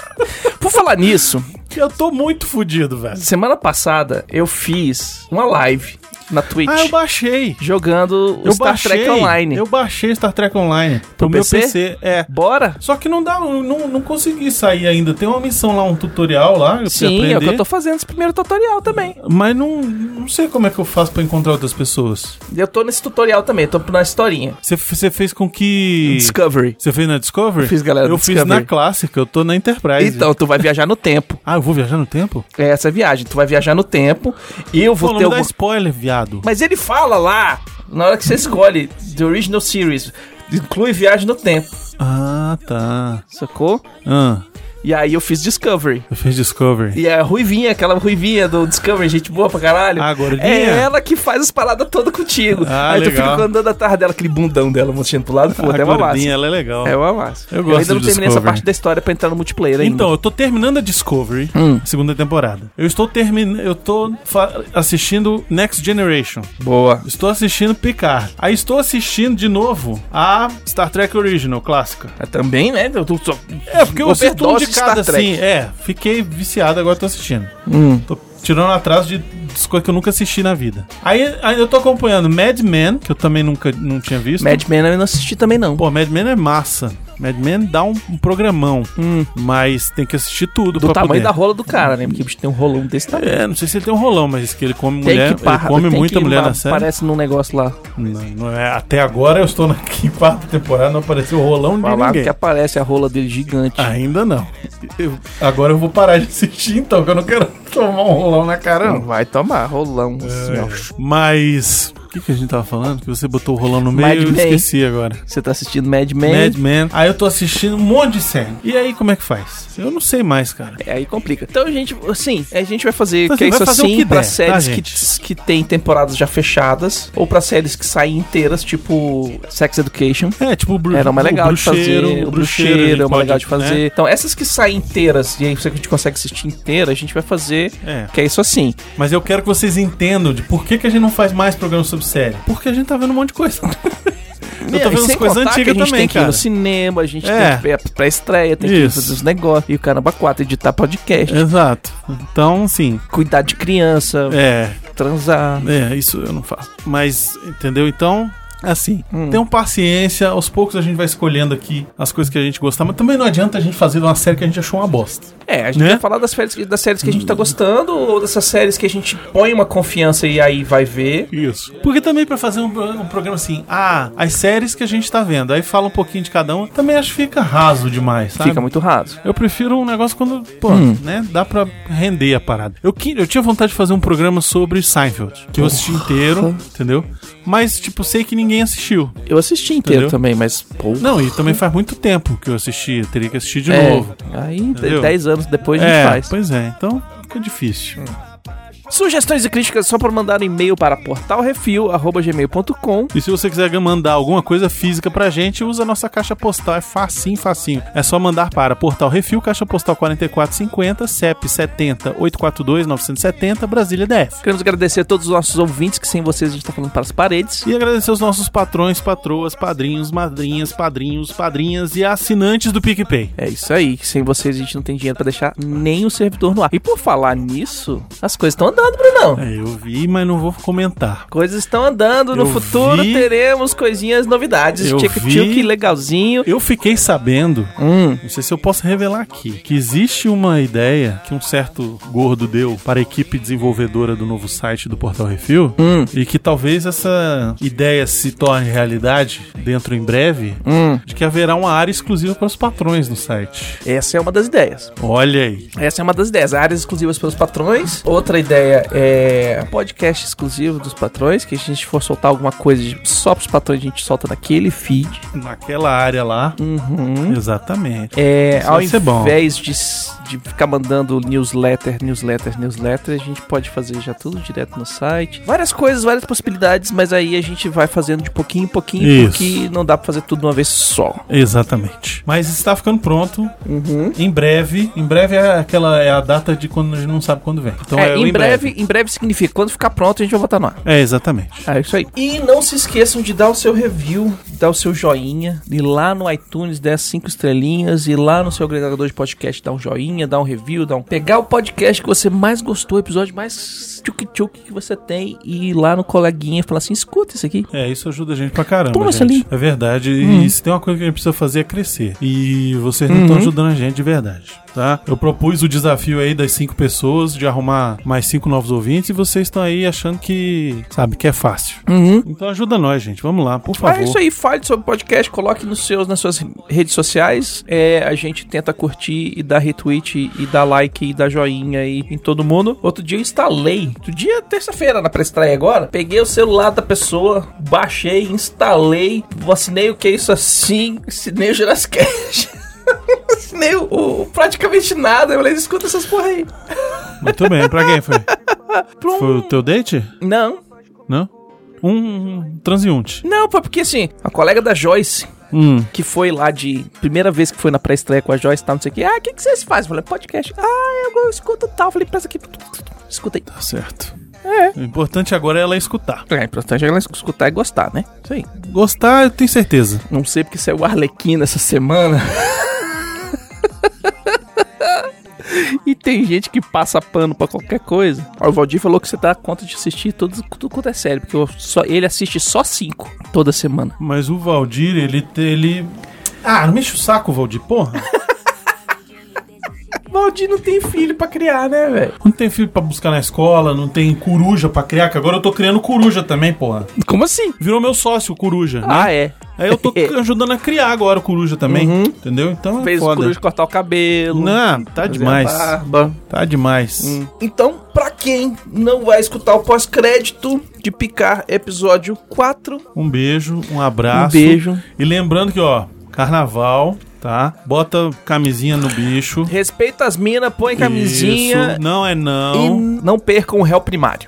Speaker 3: Por falar nisso,
Speaker 1: Eu tô muito fudido, velho.
Speaker 3: semana passada eu fiz uma live na Twitch.
Speaker 1: Ah, eu baixei.
Speaker 3: Jogando o
Speaker 1: eu
Speaker 3: Star
Speaker 1: baixei,
Speaker 3: Trek Online.
Speaker 1: Eu baixei Star Trek Online. Pro meu
Speaker 3: PC?
Speaker 1: PC, é.
Speaker 3: Bora?
Speaker 1: Só que não dá, eu não, não consegui sair ainda. Tem uma missão lá, um tutorial lá, eu preciso
Speaker 3: Sim, é o que
Speaker 1: aprender.
Speaker 3: eu tô fazendo esse primeiro tutorial também.
Speaker 1: Mas não, não sei como é que eu faço pra encontrar outras pessoas.
Speaker 3: Eu tô nesse tutorial também, tô na historinha.
Speaker 1: Você, você fez com que...
Speaker 3: Discovery.
Speaker 1: Você fez na Discovery? Eu
Speaker 3: fiz, galera,
Speaker 1: Eu fiz
Speaker 3: Discovery.
Speaker 1: na Clássica, eu tô na Enterprise.
Speaker 3: Então, tu vai viajar no tempo.
Speaker 1: Ah, eu vou viajar no tempo?
Speaker 3: É essa viagem. Tu vai viajar no tempo e eu
Speaker 1: Pô,
Speaker 3: vou
Speaker 1: não me
Speaker 3: ter algum...
Speaker 1: dá spoiler, viado.
Speaker 3: Mas ele fala lá, na hora que você escolhe The Original Series, inclui viagem no tempo,
Speaker 1: Ah, tá.
Speaker 3: sacou?
Speaker 1: Ah,
Speaker 3: E aí eu fiz Discovery.
Speaker 1: eu fiz Discovery.
Speaker 3: E é a Ruivinha, aquela Ruivinha do Discovery, gente boa pra caralho.
Speaker 1: Ah, gordinha?
Speaker 3: é ela que faz as paradas todas contigo.
Speaker 1: Ah,
Speaker 3: aí tu
Speaker 1: legal.
Speaker 3: fica andando atrás dela, aquele bundão dela mostrando pro lado, pô,
Speaker 1: a
Speaker 3: é uma
Speaker 1: gordinha, ela
Speaker 3: massa.
Speaker 1: é legal.
Speaker 3: É uma massa.
Speaker 1: Eu gosto
Speaker 3: ainda não
Speaker 1: de
Speaker 3: terminei essa
Speaker 1: Discovery.
Speaker 3: parte da história pra entrar no multiplayer ainda.
Speaker 1: Então, eu tô terminando a Discovery,
Speaker 3: Hum.
Speaker 1: segunda temporada. Eu estou terminando, eu tô fa- assistindo Next Generation.
Speaker 3: boa.
Speaker 1: Estou assistindo Picard. Aí estou assistindo de novo a Star Trek Original, clássica.
Speaker 3: É, também, né? Eu tô só-
Speaker 1: É, porque eu assisto um
Speaker 3: Overdose
Speaker 1: de cada,
Speaker 3: de Star Trek.
Speaker 1: assim. É, fiquei viciado, agora tô assistindo.
Speaker 3: Hum.
Speaker 1: Tô tirando atraso de das coisas que eu nunca assisti na vida. Aí, aí eu tô acompanhando Mad Men, que eu também nunca não tinha visto.
Speaker 3: Mad Men eu não assisti também, não.
Speaker 1: Pô, Mad Men é massa. Mad Men dá um, um programão, mas tem que assistir tudo
Speaker 3: Hum. do
Speaker 1: pra
Speaker 3: tamanho
Speaker 1: poder.
Speaker 3: da rola do cara, né? Porque o bicho tem um rolão desse tamanho.
Speaker 1: É, não sei se ele tem um rolão, mas que ele come mulher, ele come
Speaker 3: tem
Speaker 1: muita
Speaker 3: que
Speaker 1: mulher
Speaker 3: ma-
Speaker 1: na série.
Speaker 3: Parece num negócio lá.
Speaker 1: Não, não é, até agora eu estou na quarta temporada, não apareceu rolão de
Speaker 3: Falaram
Speaker 1: ninguém. Ah,
Speaker 3: que aparece a rola dele gigante.
Speaker 1: Ainda não. Eu- agora eu vou parar de assistir então, que eu não quero tomar um rolão na cara.
Speaker 3: Não
Speaker 1: não.
Speaker 3: vai tomar rolão.
Speaker 1: é.
Speaker 3: assim, ó.
Speaker 1: Mas o que, que a gente tava falando? Que você botou o rolão no
Speaker 3: Mad
Speaker 1: meio e eu
Speaker 3: Men.
Speaker 1: esqueci agora.
Speaker 3: Você tá assistindo Mad Men?
Speaker 1: Mad Men. Aí eu tô assistindo um monte de série. E aí como é que faz? Eu não sei mais, cara.
Speaker 3: É, Aí complica. Então, a gente, assim, a gente vai fazer
Speaker 1: Então,
Speaker 3: que é
Speaker 1: assim,
Speaker 3: isso
Speaker 1: vai fazer o
Speaker 3: assim
Speaker 1: que
Speaker 3: pra
Speaker 1: der,
Speaker 3: séries
Speaker 1: tá,
Speaker 3: que, que tem temporadas já fechadas ou pra séries que saem inteiras, tipo Sex Education.
Speaker 1: É, tipo o, bru
Speaker 3: Era uma
Speaker 1: o
Speaker 3: legal de
Speaker 1: bruxeiro,
Speaker 3: fazer. O
Speaker 1: a
Speaker 3: bruxeiro
Speaker 1: gente
Speaker 3: é uma
Speaker 1: pode,
Speaker 3: legal de fazer.
Speaker 1: né?
Speaker 3: Então, essas que saem inteiras, e aí você que a gente consegue assistir inteira, a gente vai fazer.
Speaker 1: É.
Speaker 3: Que é isso assim.
Speaker 1: Mas eu quero que vocês entendam de por que, que a gente não faz mais programa sobre série. Porque a gente tá vendo um monte de coisa. eu tô
Speaker 3: E
Speaker 1: vendo as
Speaker 3: sem
Speaker 1: coisas
Speaker 3: contar que
Speaker 1: antigas
Speaker 3: a gente tem
Speaker 1: também,
Speaker 3: que ir
Speaker 1: cara.
Speaker 3: no cinema, a gente
Speaker 1: É.
Speaker 3: tem que ir pra- pra estreia, tem que ir
Speaker 1: Isso. É.
Speaker 3: fazer os negócios. E o caramba, quatro, editar podcast,
Speaker 1: Exato. Então, sim.
Speaker 3: cuidar de criança,
Speaker 1: É,
Speaker 3: transar.
Speaker 1: é, isso eu não faço. Mas, entendeu? Então, assim,
Speaker 3: Hum.
Speaker 1: tenham paciência. Aos poucos a gente vai escolhendo aqui as coisas que a gente gostar. Mas também não adianta a gente fazer uma série que a gente achou uma bosta.
Speaker 3: É, a gente
Speaker 1: Né?
Speaker 3: vai falar das séries, das séries que a gente tá gostando ou dessas séries que a gente põe uma confiança e aí vai ver.
Speaker 1: Isso. Porque também pra fazer um, um programa assim, ah, as séries que a gente tá vendo, aí fala um pouquinho de cada um, também acho que fica raso demais, sabe?
Speaker 3: Fica muito raso.
Speaker 1: Eu prefiro um negócio quando, pô,
Speaker 3: Hum.
Speaker 1: né, dá pra render a parada. Eu, qui- eu tinha vontade de fazer um programa sobre Seinfeld, que eu assisti inteiro, entendeu? Mas, tipo, sei que ninguém assistiu.
Speaker 3: Eu assisti inteiro
Speaker 1: Entendeu?
Speaker 3: também, mas pô.
Speaker 1: Não, e também faz muito tempo que eu assisti, eu teria que assistir de
Speaker 3: é,
Speaker 1: novo.
Speaker 3: aí
Speaker 1: Entendeu?
Speaker 3: 10 anos depois a gente
Speaker 1: É,
Speaker 3: faz. Hum.
Speaker 1: pois é, então fica difícil.
Speaker 3: Sugestões e críticas só para mandar um e-mail para portalrefil@gmail.com.
Speaker 1: E se você quiser mandar alguma coisa física pra gente, usa a nossa caixa postal. É facinho, facinho. É só mandar para Portal Refil, caixa postal 4450, CEP 70 842 970, Brasília DF.
Speaker 3: Queremos agradecer a todos os nossos ouvintes que sem vocês a gente tá falando para as paredes.
Speaker 1: E agradecer os nossos patrões, patroas, padrinhos, madrinhas, padrinhos, padrinhas e assinantes do PicPay.
Speaker 3: É isso aí, que sem vocês a gente não tem dinheiro pra deixar nem o servidor no ar. E por falar nisso, as coisas estão andando, nada, Brunão.
Speaker 1: É, eu vi, mas não vou comentar.
Speaker 3: Coisas estão andando, no
Speaker 1: Eu
Speaker 3: futuro
Speaker 1: vi.
Speaker 3: teremos coisinhas, novidades.
Speaker 1: Eu
Speaker 3: Tchic
Speaker 1: vi.
Speaker 3: tchic, legalzinho.
Speaker 1: Eu fiquei sabendo,
Speaker 3: Hum,
Speaker 1: não sei se eu posso revelar aqui, que existe uma ideia que um certo gordo deu para a equipe desenvolvedora do novo site do Portal Refil
Speaker 3: hum,
Speaker 1: e que talvez essa ideia se torne realidade dentro em breve,
Speaker 3: hum.
Speaker 1: de que haverá uma área exclusiva para os patrões no site.
Speaker 3: Essa é uma das ideias.
Speaker 1: Olha aí.
Speaker 3: Essa é uma das ideias. Áreas exclusivas pelos patrões. Outra ideia é podcast exclusivo dos patrões, que a gente for soltar alguma coisa de- só pros patrões, a gente solta naquele feed.
Speaker 1: Naquela área lá.
Speaker 3: Uhum.
Speaker 1: Exatamente.
Speaker 3: É,
Speaker 1: Isso
Speaker 3: ao
Speaker 1: vai ser bom.
Speaker 3: invés de, s- de ficar mandando newsletter, newsletter, newsletter, a gente pode fazer já tudo direto no site. Várias coisas, várias possibilidades, mas aí a gente vai fazendo de pouquinho em pouquinho,
Speaker 1: Isso.
Speaker 3: porque não dá pra fazer tudo de uma vez só.
Speaker 1: Exatamente. Mas está ficando pronto.
Speaker 3: Uhum.
Speaker 1: Em breve. Em breve é aquela é a data de quando a gente não sabe quando vem. Então
Speaker 3: é,
Speaker 1: o
Speaker 3: em breve, em breve significa quando ficar pronto a gente vai botar no ar.
Speaker 1: É, exatamente.
Speaker 3: É isso aí. E não se esqueçam de dar o seu review, dar o seu joinha, ir lá no iTunes, dar as cinco estrelinhas, ir lá no seu agregador de podcast, dar um joinha, dar um review, dar um... Pegar o podcast que você mais gostou, o episódio mais tchuk-tchuk que você tem e ir lá no coleguinha e falar assim, escuta isso aqui.
Speaker 1: É, isso ajuda a gente pra caramba.
Speaker 3: Toma
Speaker 1: gente.
Speaker 3: essa linha.
Speaker 1: É verdade. E se tem uma coisa que a gente precisa fazer é crescer. E vocês não
Speaker 3: Uhum.
Speaker 1: estão ajudando a gente de verdade, tá? Eu propus o desafio aí das cinco pessoas de arrumar mais cinco novos ouvintes e vocês estão aí achando que, sabe, que é fácil.
Speaker 3: Uhum.
Speaker 1: Então ajuda nós, gente. Vamos lá, por favor.
Speaker 3: É isso aí, fale sobre o podcast, coloque nos seus, nas suas redes sociais. É, a gente tenta curtir e dar retweet e dar like e dar joinha aí em todo mundo. Outro dia eu instalei, outro dia, terça-feira, na pré-estreia agora, peguei o celular da pessoa, baixei, instalei, assinei o que é isso assim, assinei o Girascast. assinei o, o- praticamente nada. Eu falei, escuta essas porra aí.
Speaker 1: Muito bem. Pra quem foi?
Speaker 3: Plum.
Speaker 1: Foi o teu date?
Speaker 3: Não,
Speaker 1: Não? Né? Um transiunte.
Speaker 3: não, foi porque assim, a colega da Joyce
Speaker 1: Hum.
Speaker 3: que foi lá de. Primeira vez que foi na pré-estreia com a Joyce, tá, não sei o que. Ah, o que, que vocês fazem? Eu falei, podcast. Ah, eu escuto tal. Eu falei, presta aqui. Escuta aí.
Speaker 1: Tá certo. É. O importante agora é ela escutar.
Speaker 3: É importante ela escutar e gostar, né? Isso aí.
Speaker 1: Gostar, eu tenho certeza.
Speaker 3: Não sei porque saiu o Arlequina essa semana. E tem gente que passa pano pra qualquer coisa. Ó, o Valdir falou que você dá conta de assistir tudo, tudo quanto é sério, porque eu só, ele assiste só cinco toda semana.
Speaker 1: Mas o Valdir, ele. te- ele... Ah, não mexe o saco, Valdir, porra.
Speaker 3: Valdir não tem filho pra criar, né, velho?
Speaker 1: Não tem filho pra buscar na escola, não tem coruja pra criar, que agora eu tô criando coruja também, porra.
Speaker 3: Como assim?
Speaker 1: Virou meu sócio, o coruja. né?
Speaker 3: Ah, é.
Speaker 1: Aí eu tô ajudando a criar agora o coruja também, entendeu? Então é
Speaker 3: Fez o
Speaker 1: foda.
Speaker 3: coruja cortar o cabelo.
Speaker 1: Não, tá demais. Tá demais.
Speaker 3: Então, pra quem não vai escutar o pós-crédito de Picar episódio 4,
Speaker 1: Um beijo, um abraço.
Speaker 3: Um beijo.
Speaker 1: E lembrando que, ó, carnaval, tá? Bota camisinha no bicho.
Speaker 3: respeita as minas, põe camisinha
Speaker 1: Isso. Não é
Speaker 3: e
Speaker 1: não.
Speaker 3: não percam o réu primário.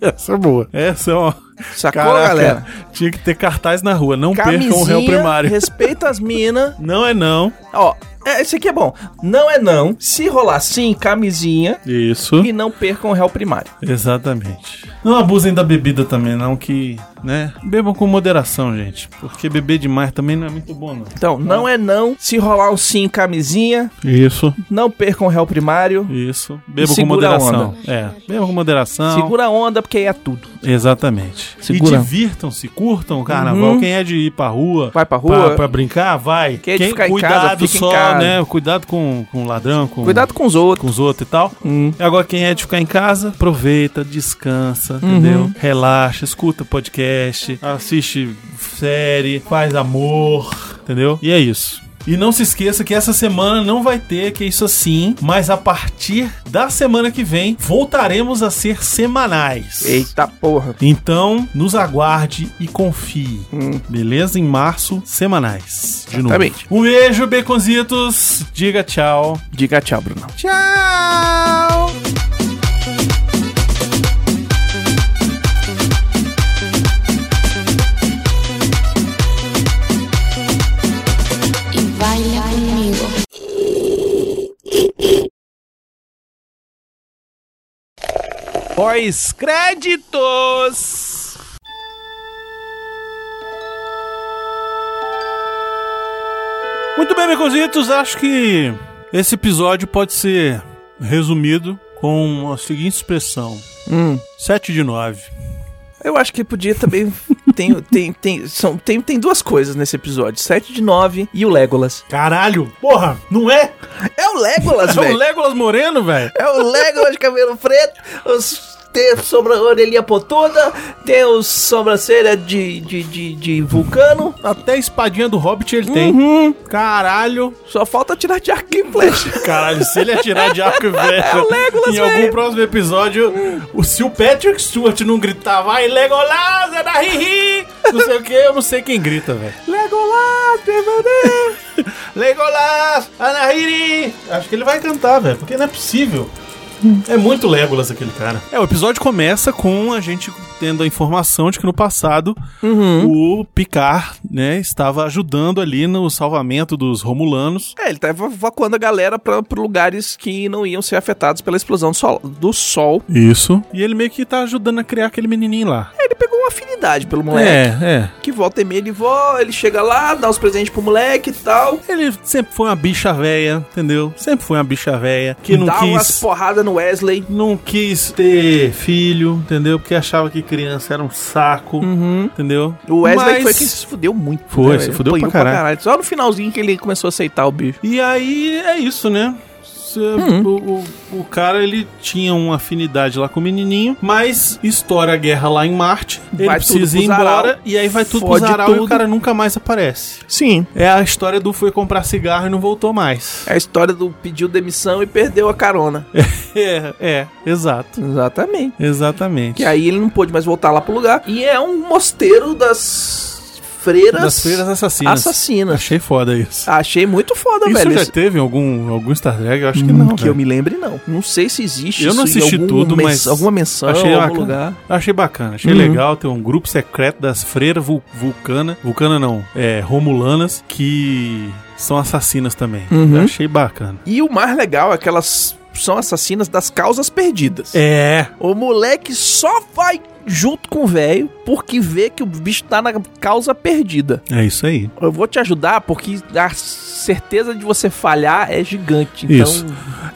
Speaker 2: Essa é boa.
Speaker 1: Essa é uma.
Speaker 3: Sacou,
Speaker 1: Caraca,
Speaker 3: galera?
Speaker 1: Tinha que ter cartaz na rua. Não
Speaker 3: Camisinha,
Speaker 1: percam o réu primário.
Speaker 3: respeita as minas.
Speaker 1: Não é não.
Speaker 3: Ó, é, esse aqui é bom. Não é não. Se rolar sim, camisinha
Speaker 1: Isso.
Speaker 3: e não percam o réu primário.
Speaker 1: Exatamente. Não abusem da bebida também, não, que, né? Bebam com moderação, gente. Porque beber demais também não é muito bom, não.
Speaker 3: Então, não é não. Se rolar um sim, camisinha,
Speaker 1: Isso,
Speaker 3: não percam o réu primário.
Speaker 1: isso. Bebam com
Speaker 3: Segura a
Speaker 1: moderação. É, bebam com moderação.
Speaker 3: Segura a onda, porque aí é tudo.
Speaker 1: Exatamente.
Speaker 3: Segura.
Speaker 1: E divirtam-se, curtam o carnaval.
Speaker 3: Uhum.
Speaker 1: Quem é de ir pra rua,
Speaker 3: Vai pra
Speaker 1: pra,
Speaker 3: rua.
Speaker 1: pra brincar, vai.
Speaker 3: Quem é de ficar em
Speaker 1: cuidado
Speaker 3: casa, fica em
Speaker 1: só,
Speaker 3: casa.
Speaker 1: né? Cuidado com, com o ladrão, com,
Speaker 3: Cuidado com os outros.
Speaker 1: com os outros e tal.
Speaker 3: Hum.
Speaker 1: E Agora, quem é de ficar em casa, aproveita, descansa,
Speaker 3: Uhum.
Speaker 1: entendeu? Relaxa, escuta podcast, assiste série, faz amor, entendeu? E é isso. E não se esqueça que essa semana não vai ter, que é isso assim, mas a partir da semana que vem voltaremos a ser semanais.
Speaker 3: Eita porra.
Speaker 1: Então, nos aguarde e confie. Beleza? Em março, semanais. De novo.
Speaker 3: Hum. Exatamente.
Speaker 1: Um beijo, Beconzitos. Diga tchau.
Speaker 3: Diga tchau, Bruno.
Speaker 1: Tchau!
Speaker 7: y baila conmigo.
Speaker 3: Pós-créditos!
Speaker 1: Muito bem, Beconzitos. Acho que esse episódio pode ser resumido com a seguinte expressão:
Speaker 3: Hum.
Speaker 1: 7 de 9.
Speaker 3: Eu acho que podia também. tem, tem, tem, são, tem, tem duas coisas nesse episódio: 7 de 9 e o Legolas.
Speaker 1: Caralho, porra, não é?
Speaker 3: É o Legolas,
Speaker 1: É o
Speaker 3: velho!
Speaker 1: Legolas Moreno, velho?
Speaker 3: É o Legolas de cabelo preto, os, tem a sobra, a orelhinha potuda, tem os sobrancelha de, de, de, de vulcano.
Speaker 1: Até a espadinha do Hobbit ele
Speaker 3: Uhum.
Speaker 1: tem. Caralho.
Speaker 3: Só falta tirar de arco e flecha.
Speaker 1: Caralho, se ele atirar de arco e flecha
Speaker 3: É o Legolas,
Speaker 1: em
Speaker 3: velho.
Speaker 1: algum próximo episódio, o, se o Patrick Stewart não gritar, vai Legolas, é da Riri, não sei o que, eu não sei quem grita, velho.
Speaker 3: Legolas, permanece!
Speaker 1: Legolas, Anahiri! Acho que ele vai cantar, velho, porque não é possível. É muito Legolas aquele cara. É, o episódio começa com a gente tendo a informação de que no passado
Speaker 3: Uhum.
Speaker 1: o Picard, né, estava ajudando ali no salvamento dos Romulanos.
Speaker 3: É, ele tá eva- evacuando a galera pra, pra lugares que não iam ser afetados pela explosão do sol, do sol.
Speaker 1: Isso. E ele meio que tá ajudando a criar aquele menininho lá.
Speaker 3: Ele pegou uma afinidade pelo moleque.
Speaker 1: é.
Speaker 3: Que volta e meia ele volta, ele chega lá, dá os presentes pro moleque e tal.
Speaker 1: Ele sempre foi uma bicha véia, entendeu? Sempre foi uma bicha véia que não
Speaker 3: dá umas
Speaker 1: quis.
Speaker 3: porradas no Wesley.
Speaker 1: Não quis ter filho, entendeu? Porque achava que criança era um saco, entendeu?
Speaker 3: Uhum. O Wesley
Speaker 1: Mas-
Speaker 3: foi quem se fudeu muito. né,
Speaker 1: Foi, se
Speaker 3: velho?
Speaker 1: fudeu
Speaker 3: Apanhou
Speaker 1: pra caralho.
Speaker 3: Só no finalzinho que ele começou a aceitar o bicho.
Speaker 1: E aí é isso, né? Cê-
Speaker 3: Uhum.
Speaker 1: O, o- o cara ele tinha uma afinidade lá com o menininho, mas estoura a guerra lá em Marte. Ele
Speaker 3: Vai tudo
Speaker 1: precisa ir
Speaker 3: pro
Speaker 1: embora
Speaker 3: Zarau,
Speaker 1: e aí vai tudo pro
Speaker 3: fode
Speaker 1: Zarau e o
Speaker 3: tudo.
Speaker 1: cara nunca mais aparece.
Speaker 3: Sim.
Speaker 1: É a história do foi comprar cigarro e não voltou mais.
Speaker 3: É a história do pediu demissão e perdeu a carona.
Speaker 1: É, é, exato.
Speaker 3: Exatamente.
Speaker 1: Exatamente.
Speaker 3: Que aí ele não pôde mais voltar lá pro lugar. E é um mosteiro das freiras,
Speaker 1: Das freiras assassinas.
Speaker 3: assassinas.
Speaker 1: Achei foda isso.
Speaker 3: Achei muito foda,
Speaker 1: isso
Speaker 3: velho.
Speaker 1: já
Speaker 3: esse-
Speaker 1: teve em algum, algum Star Trek? Eu acho que não.
Speaker 3: que
Speaker 1: velho.
Speaker 3: eu me lembre, não. Não sei se existe
Speaker 1: Eu não
Speaker 3: isso em
Speaker 1: assisti
Speaker 3: algum
Speaker 1: tudo, mas
Speaker 3: Alguma menção,
Speaker 1: achei
Speaker 3: em algum
Speaker 1: bacana.
Speaker 3: lugar.
Speaker 1: Achei bacana, achei
Speaker 3: Uhum.
Speaker 1: legal ter um grupo secreto das freiras vul vulcana, vulcana não, é, romulanas, que são assassinas também.
Speaker 3: Uhum.
Speaker 1: Eu achei bacana.
Speaker 3: E o mais legal é que elas são assassinas das causas perdidas.
Speaker 1: É,
Speaker 3: O moleque só vai junto com o velho porque vê que o bicho tá na causa perdida.
Speaker 1: é isso aí.
Speaker 3: Eu vou te ajudar porque a certeza de você falhar é gigante. Então,
Speaker 1: Isso.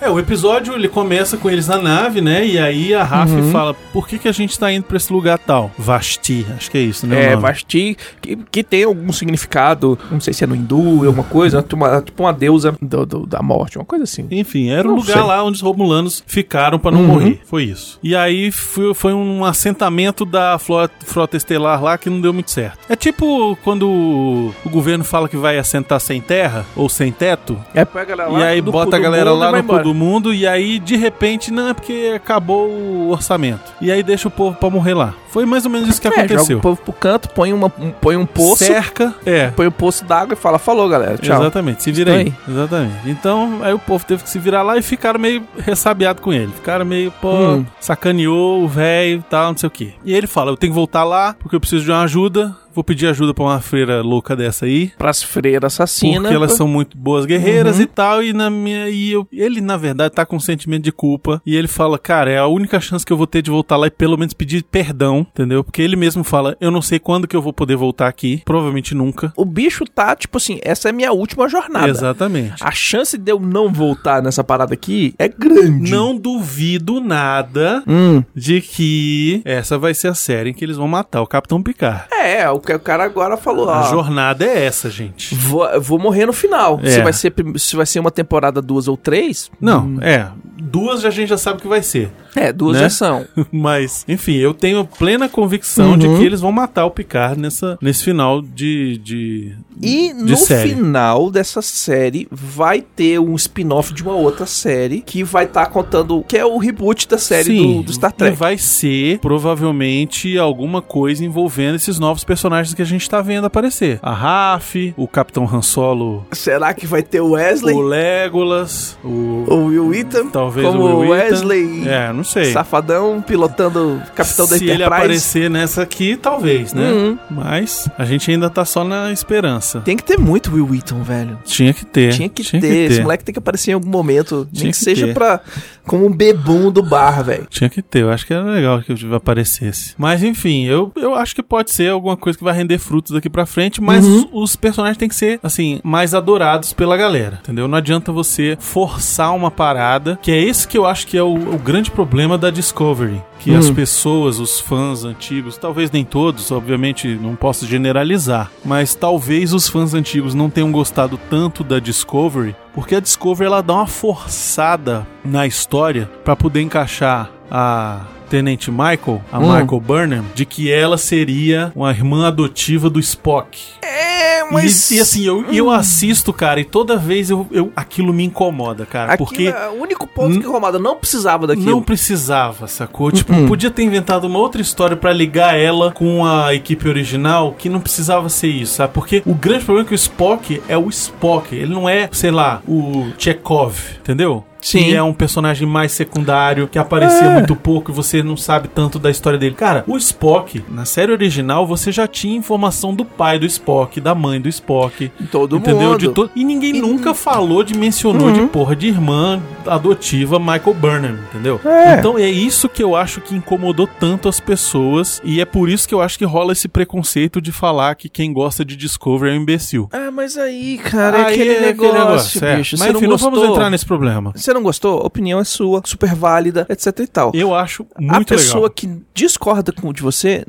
Speaker 1: É, o episódio ele começa com eles na nave, né? E aí a Raf
Speaker 3: Uhum.
Speaker 1: fala: por que, que a gente tá indo pra esse lugar tal? Vasti, acho que é isso, né? o
Speaker 3: é,
Speaker 1: nome.
Speaker 3: Vasti, que, que tem algum significado, não sei se é no hindu, alguma coisa, uma- tipo uma deusa do- do- da morte, uma coisa assim.
Speaker 1: Enfim, era o
Speaker 3: Não
Speaker 1: lugar
Speaker 3: sei. Uhum.
Speaker 1: lá onde os romulanos ficaram pra não morrer. Foi isso. E aí foi, foi um assentamento da flota, frota estelar lá que não deu muito certo. É tipo quando o, o governo fala que vai assentar sem terra ou sem teto.
Speaker 3: É, pega a galera
Speaker 1: e aí
Speaker 3: do
Speaker 1: bota
Speaker 3: cu
Speaker 1: a
Speaker 3: do
Speaker 1: galera
Speaker 3: mundo e
Speaker 1: lá
Speaker 3: vai
Speaker 1: no cu
Speaker 3: embora.
Speaker 1: do mundo. E aí, de repente, não, é porque acabou o orçamento. E aí deixa o povo pra morrer lá. Foi mais ou menos isso que
Speaker 3: É, joga
Speaker 1: aconteceu.
Speaker 3: o povo pro canto, põe, uma, um- põe um poço,
Speaker 1: Cerca. É.
Speaker 3: põe um poço d'água e fala, falou galera, tchau.
Speaker 1: Exatamente, se vira aí.
Speaker 3: Estão
Speaker 1: Exatamente. Então, aí o povo teve que se virar lá e ficaram meio ressabiado com ele. Ficaram meio, pô,
Speaker 3: Hum.
Speaker 1: sacaneou o velho e tal, não sei o quê. E ele fala: eu tenho que voltar lá porque eu preciso de uma ajuda. Vou pedir ajuda pra uma freira louca dessa aí.
Speaker 3: Pras freiras assassinas.
Speaker 1: Porque elas são muito boas guerreiras
Speaker 3: Uhum.
Speaker 1: e tal, e na minha. E eu, ele, na verdade, tá com um sentimento de culpa. E ele fala, cara, é a única chance que eu vou ter de voltar lá e pelo menos pedir perdão, entendeu? Porque ele mesmo fala, eu não sei quando que eu vou poder voltar aqui. Provavelmente nunca.
Speaker 3: o bicho tá, tipo assim, essa é minha última jornada.
Speaker 1: Exatamente.
Speaker 3: A chance de eu não voltar nessa parada aqui é grande.
Speaker 1: Não duvido nada
Speaker 3: Hum.
Speaker 1: de que essa vai ser a série em que eles vão matar o Capitão Picard.
Speaker 3: É, o que o cara agora falou,
Speaker 1: A
Speaker 3: ó.
Speaker 1: jornada é essa, gente.
Speaker 3: Vou, vou morrer no final.
Speaker 1: É.
Speaker 3: Se, vai ser, prim- se vai ser uma temporada, duas ou três.
Speaker 1: Não, é. Duas a gente já sabe que vai ser.
Speaker 3: É, duas
Speaker 1: Né?
Speaker 3: já são.
Speaker 1: Mas, enfim, eu tenho plena convicção
Speaker 3: Uhum.
Speaker 1: de que eles vão matar o Picard nessa, nesse final de. de
Speaker 3: E
Speaker 1: De
Speaker 3: no
Speaker 1: série.
Speaker 3: final dessa série vai ter um spin-off de uma outra série que vai estar contando. Que é o reboot da série
Speaker 1: Sim,
Speaker 3: do, do Star Trek.
Speaker 1: E vai ser, provavelmente, alguma coisa envolvendo esses novos personagens que a gente tá vendo aparecer. A Raf, o Capitão Han Solo,
Speaker 3: Será que vai ter o Wesley?
Speaker 1: o Legolas, o
Speaker 3: O Will Wheaton?
Speaker 1: Talvez
Speaker 3: como
Speaker 1: o Will Wheaton.
Speaker 3: Wesley.
Speaker 1: É, não sei.
Speaker 3: Safadão pilotando o capitão da
Speaker 1: Se ele
Speaker 3: Enterprise.
Speaker 1: aparecer nessa aqui, talvez, né?
Speaker 3: Uhum.
Speaker 1: Mas a gente ainda tá só na esperança.
Speaker 3: Tem que ter muito Will Wheaton, velho.
Speaker 1: É, Tinha que ter.
Speaker 3: Tinha que ter. Esse moleque tem que aparecer em algum momento.
Speaker 1: Tinha
Speaker 3: nem
Speaker 1: que
Speaker 3: que, seja
Speaker 1: ter.
Speaker 3: pra. Como um bebum do bar, velho.
Speaker 1: Tinha que ter, eu acho que era legal que eu aparecesse. Mas enfim, eu, eu acho que pode ser alguma coisa que vai render frutos daqui pra frente, mas
Speaker 3: Uhum.
Speaker 1: os, os personagens têm que ser, assim, mais adorados pela galera, entendeu? Não adianta você forçar uma parada, que é esse que eu acho que é o, o grande problema da Discovery. Que as pessoas, os fãs antigos, talvez nem todos, obviamente não posso generalizar, mas talvez os fãs antigos não tenham gostado tanto da Discovery, porque a Discovery ela dá uma forçada na história pra poder encaixar a Tenente Michael, a Michael Burnham, de que ela seria uma irmã adotiva do Spock.
Speaker 3: É,
Speaker 1: E, e assim, eu, eu assisto, cara, e toda vez eu, eu- aquilo me incomoda, cara.
Speaker 3: Aquilo
Speaker 1: porque
Speaker 3: é o único ponto que incomoda. Não precisava daquilo. Uhum.
Speaker 1: não precisava, sacou? Tipo, podia ter inventado uma outra história pra ligar ela com a equipe original, que não precisava ser isso, sabe? Porque o grande problema é que o Spock é o Spock, ele não é, sei lá, o Chekhov, entendeu?
Speaker 3: Sim. É.
Speaker 1: Que é um personagem mais secundário, que aparecia muito pouco e você não sabe tanto da história dele. Cara, o Spock, na série original, você já tinha informação do pai do Spock, da mãe do Spock.
Speaker 3: Todo
Speaker 1: entendeu?
Speaker 3: mundo.
Speaker 1: De to- E ninguém nunca falou de mencionou de porra de irmã adotiva Michael Burnham, entendeu? Então é isso que eu acho que incomodou tanto as pessoas e é por isso que eu acho que rola esse preconceito de falar que quem gosta de Discovery é um imbecil.
Speaker 3: Ah, mas aí, cara, é
Speaker 1: Aí
Speaker 3: aquele
Speaker 1: é
Speaker 3: negócio,
Speaker 1: é.
Speaker 3: bicho.
Speaker 1: Mas
Speaker 3: você
Speaker 1: enfim,
Speaker 3: não
Speaker 1: não
Speaker 3: gostou?
Speaker 1: vamos entrar nesse problema.
Speaker 3: Você não gostou? A opinião é sua, super válida, etc e tal.
Speaker 1: Eu acho
Speaker 3: a
Speaker 1: muito
Speaker 3: pessoa
Speaker 1: legal.
Speaker 3: que discorda com de você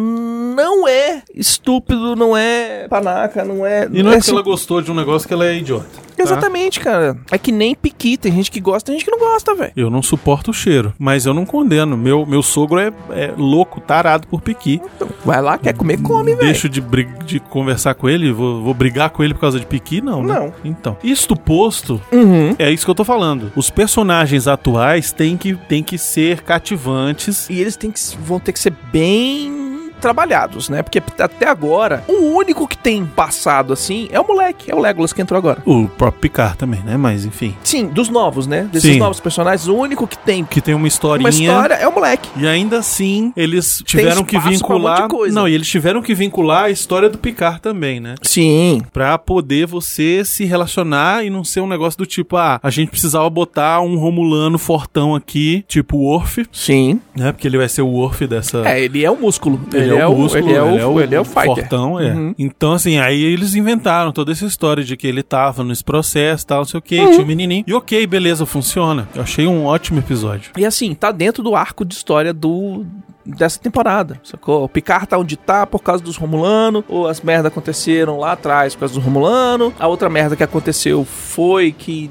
Speaker 3: não é estúpido, não é panaca, não é.
Speaker 1: E não é porque
Speaker 3: sim-
Speaker 1: ela gostou de um negócio que ela é idiota. tá?
Speaker 3: Exatamente, cara. É que nem piqui, tem gente que gosta, tem gente que não gosta, velho.
Speaker 1: Eu não suporto o cheiro, mas eu não condeno. Meu, meu sogro é, é louco, tarado por piqui.
Speaker 3: Vai lá, quer comer, come, velho.
Speaker 1: Deixo de, bri- de conversar com ele, vou, vou brigar com ele por causa de piqui? Não, né?
Speaker 3: Não. Hum?
Speaker 1: Então, isto posto,
Speaker 3: Uhum.
Speaker 1: é isso que eu tô falando. Os personagens atuais têm que, têm que ser cativantes.
Speaker 3: E eles têm que, vão ter que ser bem trabalhados, né? Porque até agora, o único que tem passado assim é o moleque, é o Legolas que entrou agora.
Speaker 1: O próprio Picard também, né? Mas enfim.
Speaker 3: Sim, dos novos, né? Desses
Speaker 1: Sim.
Speaker 3: novos personagens, o único que tem
Speaker 1: Que tem uma historinha.
Speaker 3: uma história é o moleque.
Speaker 1: E ainda assim, eles tiveram que
Speaker 3: espaço pra um
Speaker 1: vincular.
Speaker 3: monte de coisa.
Speaker 1: Não, e eles tiveram que vincular a história do Picard também, né?
Speaker 3: Sim.
Speaker 1: Pra poder você se relacionar e não ser um negócio do tipo, ah, a gente precisava botar um Romulano fortão aqui, tipo Worf,
Speaker 3: Sim.
Speaker 1: né? Porque ele vai ser o Worf dessa.
Speaker 3: É, ele é o músculo. Ele, é, o,
Speaker 1: músculo,
Speaker 3: ele é o, ele é o, fighter.
Speaker 1: Fortão, é.
Speaker 3: Uhum.
Speaker 1: Então, assim, aí eles inventaram toda essa história de que ele tava nesse processo e tal, não sei o que,
Speaker 3: Uhum.
Speaker 1: tinha um menininho. E ok, beleza, funciona. Eu achei um ótimo episódio.
Speaker 3: E assim, tá dentro do arco de história do dessa temporada, sacou? O Picard tá onde tá por causa dos Romulano, ou as merdas aconteceram lá atrás por causa dos Romulano. A outra merda que aconteceu foi que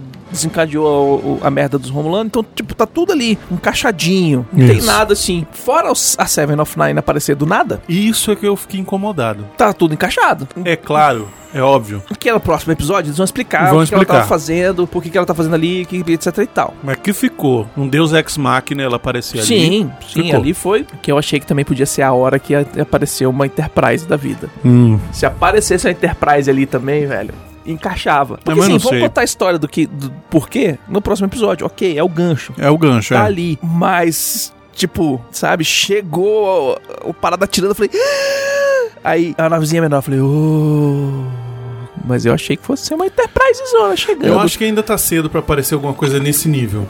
Speaker 3: desencadeou a, a merda dos Romulano. Então, tipo, tá tudo ali encaixadinho. Não tem
Speaker 1: Isso.
Speaker 3: nada assim. Fora os- a Seven of Nine aparecer do nada,
Speaker 1: E isso é que eu fiquei incomodado.
Speaker 3: tá tudo encaixado.
Speaker 1: É claro, é óbvio.
Speaker 3: Que era o próximo episódio, eles vão explicar
Speaker 1: Vão
Speaker 3: o que, que ela
Speaker 1: explicar.
Speaker 3: tava fazendo, por que, que ela tá fazendo ali, que, etc e tal.
Speaker 1: Mas que ficou um Deus Ex Machina, ela aparecia ali.
Speaker 3: Sim, sim,
Speaker 1: Ficou.
Speaker 3: ali foi. Que eu achei que também podia ser a hora que a- apareceu uma Enterprise da vida.
Speaker 1: Hum.
Speaker 3: Se aparecesse a Enterprise ali também, velho, encaixava. Porque
Speaker 1: mas
Speaker 3: assim,
Speaker 1: não
Speaker 3: vamos
Speaker 1: sei.
Speaker 3: contar a história do que. Do porquê no próximo episódio. Ok, é o gancho.
Speaker 1: É o gancho,
Speaker 3: Tá
Speaker 1: é.
Speaker 3: ali. Mas, tipo, sabe, chegou o, o parada tirando, eu falei. "Ah!" Aí a navezinha menor, eu falei, ô. Mas eu achei que fosse ser uma Enterprise zona chegando.
Speaker 1: Eu acho que ainda tá cedo pra aparecer alguma coisa nesse nível.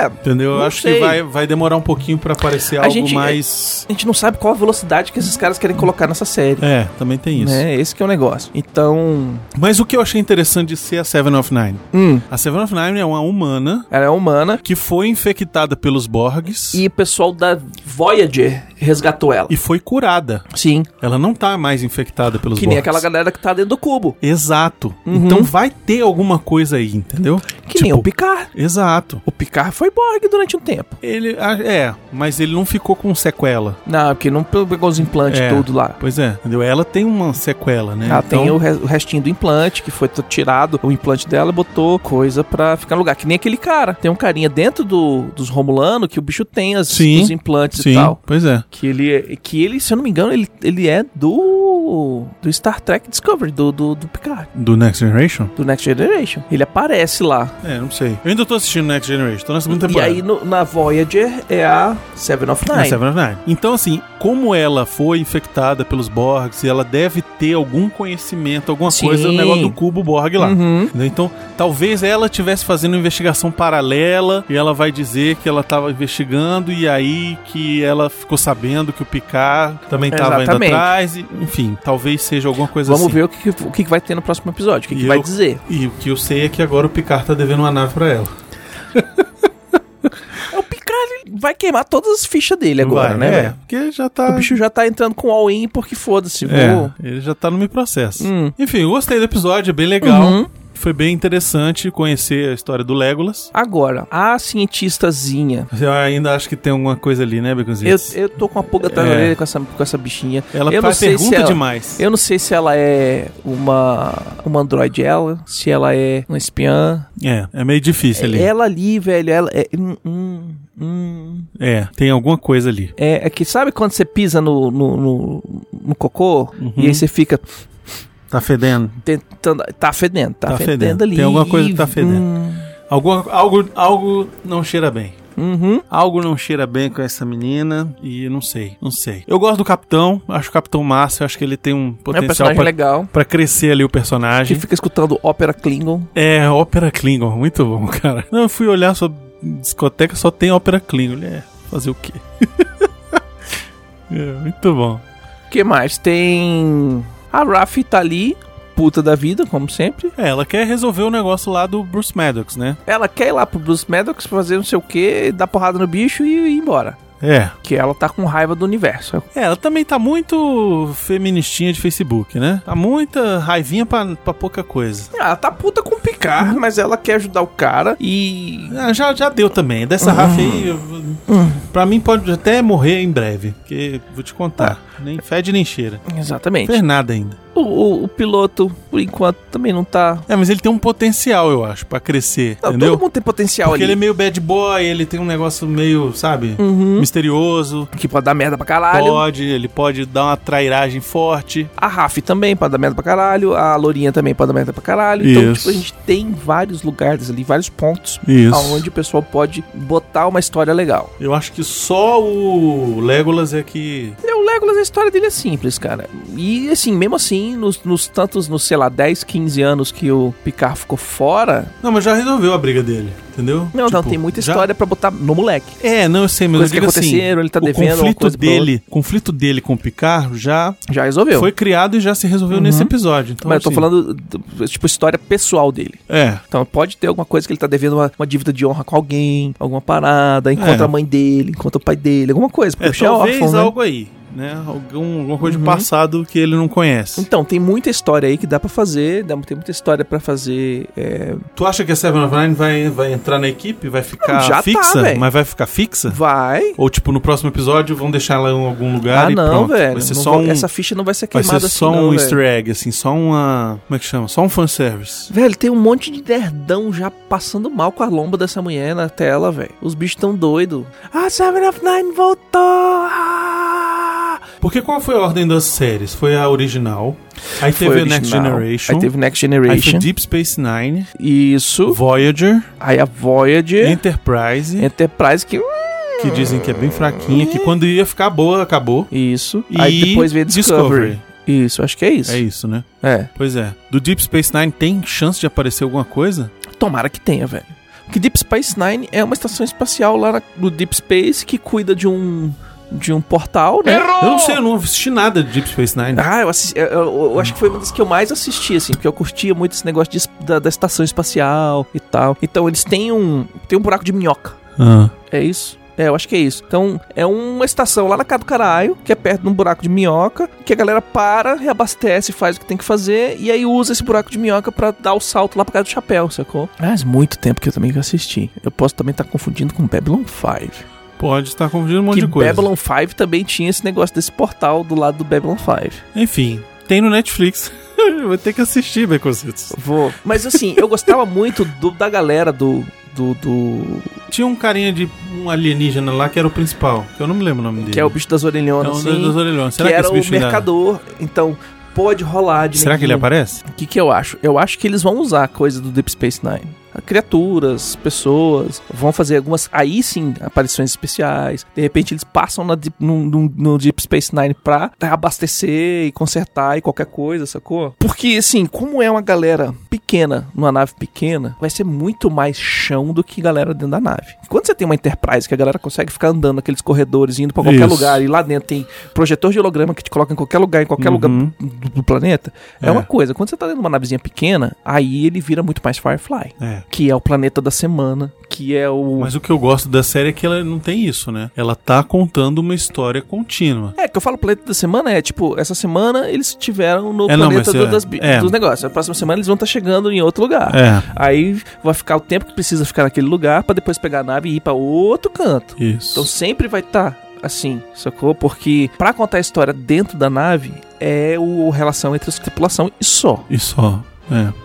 Speaker 3: É,
Speaker 1: Entendeu? Eu
Speaker 3: não
Speaker 1: acho
Speaker 3: sei.
Speaker 1: que vai, vai demorar um pouquinho pra aparecer
Speaker 3: A
Speaker 1: algo
Speaker 3: gente-
Speaker 1: mais.
Speaker 3: A gente não sabe qual a velocidade que esses caras querem colocar nessa série.
Speaker 1: É, também tem isso.
Speaker 3: Né? Esse que é o negócio. Então.
Speaker 1: Mas o que eu achei interessante de ser a Seven of Nine?
Speaker 3: Hum.
Speaker 1: A Seven of Nine é uma humana
Speaker 3: Ela é humana.
Speaker 1: que foi infectada pelos Borgs e,
Speaker 3: E o pessoal da Voyager resgatou ela.
Speaker 1: foi curada.
Speaker 3: Sim.
Speaker 1: Ela não tá mais infectada pelos
Speaker 3: Que
Speaker 1: Borgs.
Speaker 3: nem aquela galera que tá dentro do cubo.
Speaker 1: Exato. Então vai ter alguma coisa aí, entendeu?
Speaker 3: Que
Speaker 1: Tipo-
Speaker 3: nem o Picard.
Speaker 1: Exato.
Speaker 3: O Picard foi Borg durante um tempo.
Speaker 1: Ele ah, é, mas ele não ficou com sequela.
Speaker 3: Não, porque não pegou os implantes
Speaker 1: É.
Speaker 3: tudo lá.
Speaker 1: Pois é, entendeu? Ela tem uma sequela, né?
Speaker 3: Ela
Speaker 1: Então-
Speaker 3: Ah, tem o, re- o restinho do implante, que foi t- tirado o implante dela e botou coisa pra ficar no lugar. Que nem aquele cara. Tem um carinha dentro do, dos Romulano que o bicho tem as,
Speaker 1: Sim.
Speaker 3: os implantes
Speaker 1: Sim,
Speaker 3: e tal.
Speaker 1: pois é.
Speaker 3: Que ele, que ele, se eu não me engano, ele, ele é do. do Star Trek Discovery, do, do, do Picard,
Speaker 1: Do Next Generation?
Speaker 3: do Next Generation. Ele aparece lá.
Speaker 1: É, não sei. Eu ainda tô assistindo Next Generation, tô na segunda
Speaker 3: E
Speaker 1: temporada.
Speaker 3: aí no- na Voyager é a Seven of
Speaker 1: Na
Speaker 3: Nine.
Speaker 1: Seven of Nine. Então, assim, como ela foi infectada pelos Borgs, e ela deve ter algum conhecimento, alguma
Speaker 3: Sim.
Speaker 1: coisa do negócio do cubo Borg lá.
Speaker 3: Uhum.
Speaker 1: Entendeu? Então, talvez ela estivesse fazendo uma investigação paralela e ela vai dizer que ela estava investigando e aí que ela ficou sabendo que o Picard também estava indo
Speaker 3: Exatamente.
Speaker 1: atrás. E, enfim, talvez seja alguma coisa
Speaker 3: Vamos
Speaker 1: assim.
Speaker 3: ver o que, que- o que que vai ter no próximo episódio, o que,
Speaker 1: E
Speaker 3: que vai
Speaker 1: eu-
Speaker 3: dizer.
Speaker 1: E o que eu sei é que agora o Picard tá devendo uma nave pra ela.
Speaker 3: vai queimar todas as fichas dele agora,
Speaker 1: Vai,
Speaker 3: né?
Speaker 1: é,
Speaker 3: velho?
Speaker 1: Porque já tá.
Speaker 3: O bicho já tá entrando com all-in porque foda-se. vou-
Speaker 1: É, ele já tá no meu processo.
Speaker 3: Hum.
Speaker 1: Enfim, eu gostei do episódio, é bem legal.
Speaker 3: Uhum.
Speaker 1: Foi bem interessante conhecer a história do Legolas.
Speaker 3: Agora, a cientistazinha.
Speaker 1: Eu ainda acho que tem alguma coisa ali, né,
Speaker 3: Eu,
Speaker 1: Beconzitos?
Speaker 3: eu tô com uma pulga atrás
Speaker 1: É.
Speaker 3: da orelha com essa, com essa bichinha.
Speaker 1: Ela
Speaker 3: eu
Speaker 1: faz pergunta
Speaker 3: ela,
Speaker 1: demais.
Speaker 3: Eu não sei se ela é uma, uma androide ela, se ela é uma espiã.
Speaker 1: É, é meio difícil ali.
Speaker 3: Ela ali, velho, ela é... hum, hum, hum.
Speaker 1: É, tem alguma coisa ali.
Speaker 3: É, é que sabe quando você pisa no, no, no- no cocô
Speaker 1: Uhum.
Speaker 3: e aí você fica
Speaker 1: Tá fedendo.
Speaker 3: tentando... Tá fedendo, tá,
Speaker 1: Tá
Speaker 3: fedendo,
Speaker 1: fedendo.
Speaker 3: ali.
Speaker 1: Tem alguma coisa que tá fedendo.
Speaker 3: Hum,
Speaker 1: Alguma, algo, algo não cheira bem.
Speaker 3: uhum.
Speaker 1: Algo não cheira bem com essa menina e não sei, não sei. Eu gosto do capitão, acho o capitão massa, eu acho que ele tem um
Speaker 3: É um
Speaker 1: potencial
Speaker 3: personagem
Speaker 1: pra, Uhum.
Speaker 3: legal.
Speaker 1: pra crescer ali o personagem.
Speaker 3: Que fica escutando ópera Klingon.
Speaker 1: É, ópera Klingon, muito bom, cara. Não, eu fui olhar sua discoteca, só tem ópera Klingon. Ele, É, fazer o quê? é, muito bom.
Speaker 3: O que mais? Tem... A Raf tá ali, puta da vida, como sempre.
Speaker 1: É, ela quer resolver o negócio lá do Bruce Maddox, né?
Speaker 3: Ela quer ir lá pro Bruce Maddox fazer não sei o que, dar porrada no bicho e ir embora.
Speaker 1: É.
Speaker 3: Que ela tá com raiva do universo.
Speaker 1: É, ela também tá muito feministinha de Facebook, né? Tá muita raivinha pra, pra pouca coisa.
Speaker 3: Ela tá puta com o
Speaker 1: Uhum.
Speaker 3: Picard, mas ela quer ajudar o cara e.
Speaker 1: Ah, já, já deu também. Dessa
Speaker 3: Uhum.
Speaker 1: Rafa aí, eu- pra mim pode até morrer em breve. Porque, vou te
Speaker 3: Tá.
Speaker 1: contar, nem fede nem cheira. Não
Speaker 3: Exatamente.
Speaker 1: fez nada ainda.
Speaker 3: O, o- o piloto, por enquanto, também não tá.
Speaker 1: É, mas ele tem um potencial, eu acho, pra crescer,
Speaker 3: Não,
Speaker 1: entendeu?
Speaker 3: todo mundo tem potencial
Speaker 1: Porque ele é
Speaker 3: ali.
Speaker 1: meio bad boy, ele tem um negócio meio, sabe,
Speaker 3: Uhum.
Speaker 1: misterioso.
Speaker 3: Que pode dar merda pra caralho.
Speaker 1: é Pode, ele pode dar uma trairagem forte.
Speaker 3: A Raf também pode dar merda pra caralho. A Lourinha também pode dar merda pra caralho. Então,
Speaker 1: Isso.
Speaker 3: tipo, a gente tem vários lugares ali, vários pontos.
Speaker 1: Isso.
Speaker 3: Onde o pessoal pode botar uma história legal.
Speaker 1: Eu acho que só o Legolas é que.
Speaker 3: É, O Legolas, a história dele é simples, cara. E assim, mesmo assim, nos, nos tantos, nos, sei lá, 10, 15 anos que o Picard ficou fora,
Speaker 1: Não, mas já resolveu a briga dele, entendeu?
Speaker 3: não, não,
Speaker 1: Tipo,
Speaker 3: tem muita
Speaker 1: já-
Speaker 3: história pra botar no moleque.
Speaker 1: É, não, eu sei, mas
Speaker 3: Coisas
Speaker 1: eu
Speaker 3: que
Speaker 1: digo assim,
Speaker 3: aconteceram, ele tá
Speaker 1: o
Speaker 3: devendo uma
Speaker 1: conflito
Speaker 3: coisa pra outra.
Speaker 1: dele, o conflito dele com o Picard já
Speaker 3: Já resolveu.
Speaker 1: foi criado e já se resolveu nesse episódio. Então,
Speaker 3: Uhum. Mas eu tô
Speaker 1: assim,
Speaker 3: falando, do- tipo, história pessoal dele.
Speaker 1: É,
Speaker 3: Então pode ter alguma coisa que ele tá devendo uma, uma dívida de honra com alguém, alguma parada, encontra
Speaker 1: É.
Speaker 3: a mãe dele, encontra o pai dele, alguma coisa.
Speaker 1: é
Speaker 3: puxa, é
Speaker 1: talvez
Speaker 3: órfão, né? Uhum.
Speaker 1: algo aí, né? Algum, alguma coisa de passado que ele não conhece.
Speaker 3: Então, tem muita história aí que dá pra fazer, dá, tem muita história pra fazer. é,
Speaker 1: Tu acha que a Seven of Nine vai, vai entrar na equipe? Vai ficar
Speaker 3: Não, já tá,
Speaker 1: fixa?
Speaker 3: véi.
Speaker 1: mas vai ficar fixa?
Speaker 3: vai.
Speaker 1: Ou, tipo, no próximo episódio vão deixar ela em algum lugar
Speaker 3: Ah,
Speaker 1: e
Speaker 3: não,
Speaker 1: pronto.
Speaker 3: velho.
Speaker 1: Vai ser
Speaker 3: Não
Speaker 1: só
Speaker 3: vou-
Speaker 1: um,
Speaker 3: Essa ficha não vai ser
Speaker 1: vai
Speaker 3: queimada
Speaker 1: ser só
Speaker 3: assim,
Speaker 1: um
Speaker 3: não, velho.
Speaker 1: easter egg, assim, só uma... Como é que chama? Só um fanservice.
Speaker 3: Velho, tem um monte de nerdão já passando mal com a lomba dessa mulher na tela, velho. Os bichos tão doidos. Ah, Seven of Nine voltou! Ah!
Speaker 1: Porque qual foi a ordem das séries? Foi a original, aí
Speaker 3: Foi
Speaker 1: teve a
Speaker 3: original.
Speaker 1: Next Generation,
Speaker 3: Aí teve Next
Speaker 1: aí foi
Speaker 3: Generation.
Speaker 1: Deep Space Nine,
Speaker 3: Isso.
Speaker 1: Voyager,
Speaker 3: Aí a Voyager.
Speaker 1: Enterprise,
Speaker 3: Enterprise, que.
Speaker 1: que dizem que é bem fraquinha, que quando ia ficar boa, acabou.
Speaker 3: Isso.
Speaker 1: E
Speaker 3: aí depois veio Discovery. Isso, acho que é isso.
Speaker 1: É isso, né?
Speaker 3: É.
Speaker 1: Pois é. Do Deep Space Nine tem chance de aparecer alguma coisa?
Speaker 3: Tomara que tenha, velho. Porque Deep Space Nine é uma estação espacial lá na- no Deep Space que cuida de um. De um portal, né?
Speaker 1: Eu não sei, eu não assisti nada de Deep Space Nine.
Speaker 3: Ah, eu, assisti- eu- eu- eu acho que foi uma das que eu mais assisti, assim, porque eu curtia muito esse negócio de es- da, da estação espacial e tal. Então eles têm um. Tem um buraco de minhoca.
Speaker 1: Ah.
Speaker 3: É isso? É, eu acho que é isso. Então, é uma estação lá na casa do caralho, que é perto de um buraco de minhoca, que a galera para, reabastece, faz o que tem que fazer, e aí usa esse buraco de minhoca pra dar o salto lá pra casa do chapéu, sacou? Faz muito tempo que eu também assisti. Eu posso também estar confundindo com Babylon 5.
Speaker 1: Pode estar confundindo um monte
Speaker 3: que
Speaker 1: de coisa.
Speaker 3: Babylon 5 também tinha esse negócio desse portal do lado do Babylon 5.
Speaker 1: Enfim, tem no Netflix. Vou ter que assistir, Becositos.
Speaker 3: Vou. Mas assim, eu gostava muito do- da galera do. do, do-
Speaker 1: Tinha um carinha de um alienígena lá que era o principal, que eu não me lembro o nome dele.
Speaker 3: que é o bicho das
Speaker 1: É um
Speaker 3: orelhonas, assim,
Speaker 1: dos orelhões. Será
Speaker 3: que,
Speaker 1: que,
Speaker 3: era
Speaker 1: esse bicho
Speaker 3: o
Speaker 1: ainda-
Speaker 3: mercador. Então, pode rolar de
Speaker 1: Será que ele é
Speaker 3: neguinho.
Speaker 1: aparece?
Speaker 3: O que, que eu acho? Eu acho que eles vão usar a coisa do Deep Space Nine. Criaturas, pessoas, vão fazer algumas. Aí sim, aparições especiais. De repente, eles passam na Deep- num- num- no, Deep Space Nine pra abastecer e consertar e qualquer coisa, sacou? Porque, assim, como é uma galera pequena, numa nave pequena, vai ser muito mais chão do que galera dentro da nave. Quando você tem uma Enterprise que a galera consegue ficar andando naqueles corredores, indo pra qualquer
Speaker 1: Isso.
Speaker 3: lugar, e lá dentro tem projetor de holograma que te coloca em qualquer lugar, em qualquer lugar
Speaker 1: Uhum.
Speaker 3: do, do planeta, é.
Speaker 1: É.
Speaker 3: uma coisa. Quando você tá dentro de uma navezinha pequena, aí ele vira muito mais Firefly.
Speaker 1: É. É.
Speaker 3: que é o planeta da semana, que é o.
Speaker 1: Mas o que eu gosto da série é que ela não tem isso, né? Ela tá contando uma história contínua.
Speaker 3: É, que eu falo planeta da semana é, tipo, essa semana eles tiveram no
Speaker 1: É, não,
Speaker 3: planeta
Speaker 1: mas
Speaker 3: do-
Speaker 1: é-
Speaker 3: das bi-
Speaker 1: é.
Speaker 3: dos negócios. A próxima semana eles vão estar chegando em outro lugar.
Speaker 1: É.
Speaker 3: Aí vai ficar o tempo que precisa ficar naquele lugar pra depois pegar a nave e ir pra outro canto.
Speaker 1: É, Isso.
Speaker 3: Então sempre vai estar assim, sacou? Porque pra contar a história dentro da nave é o a relação entre a tripulação e só.
Speaker 1: E só.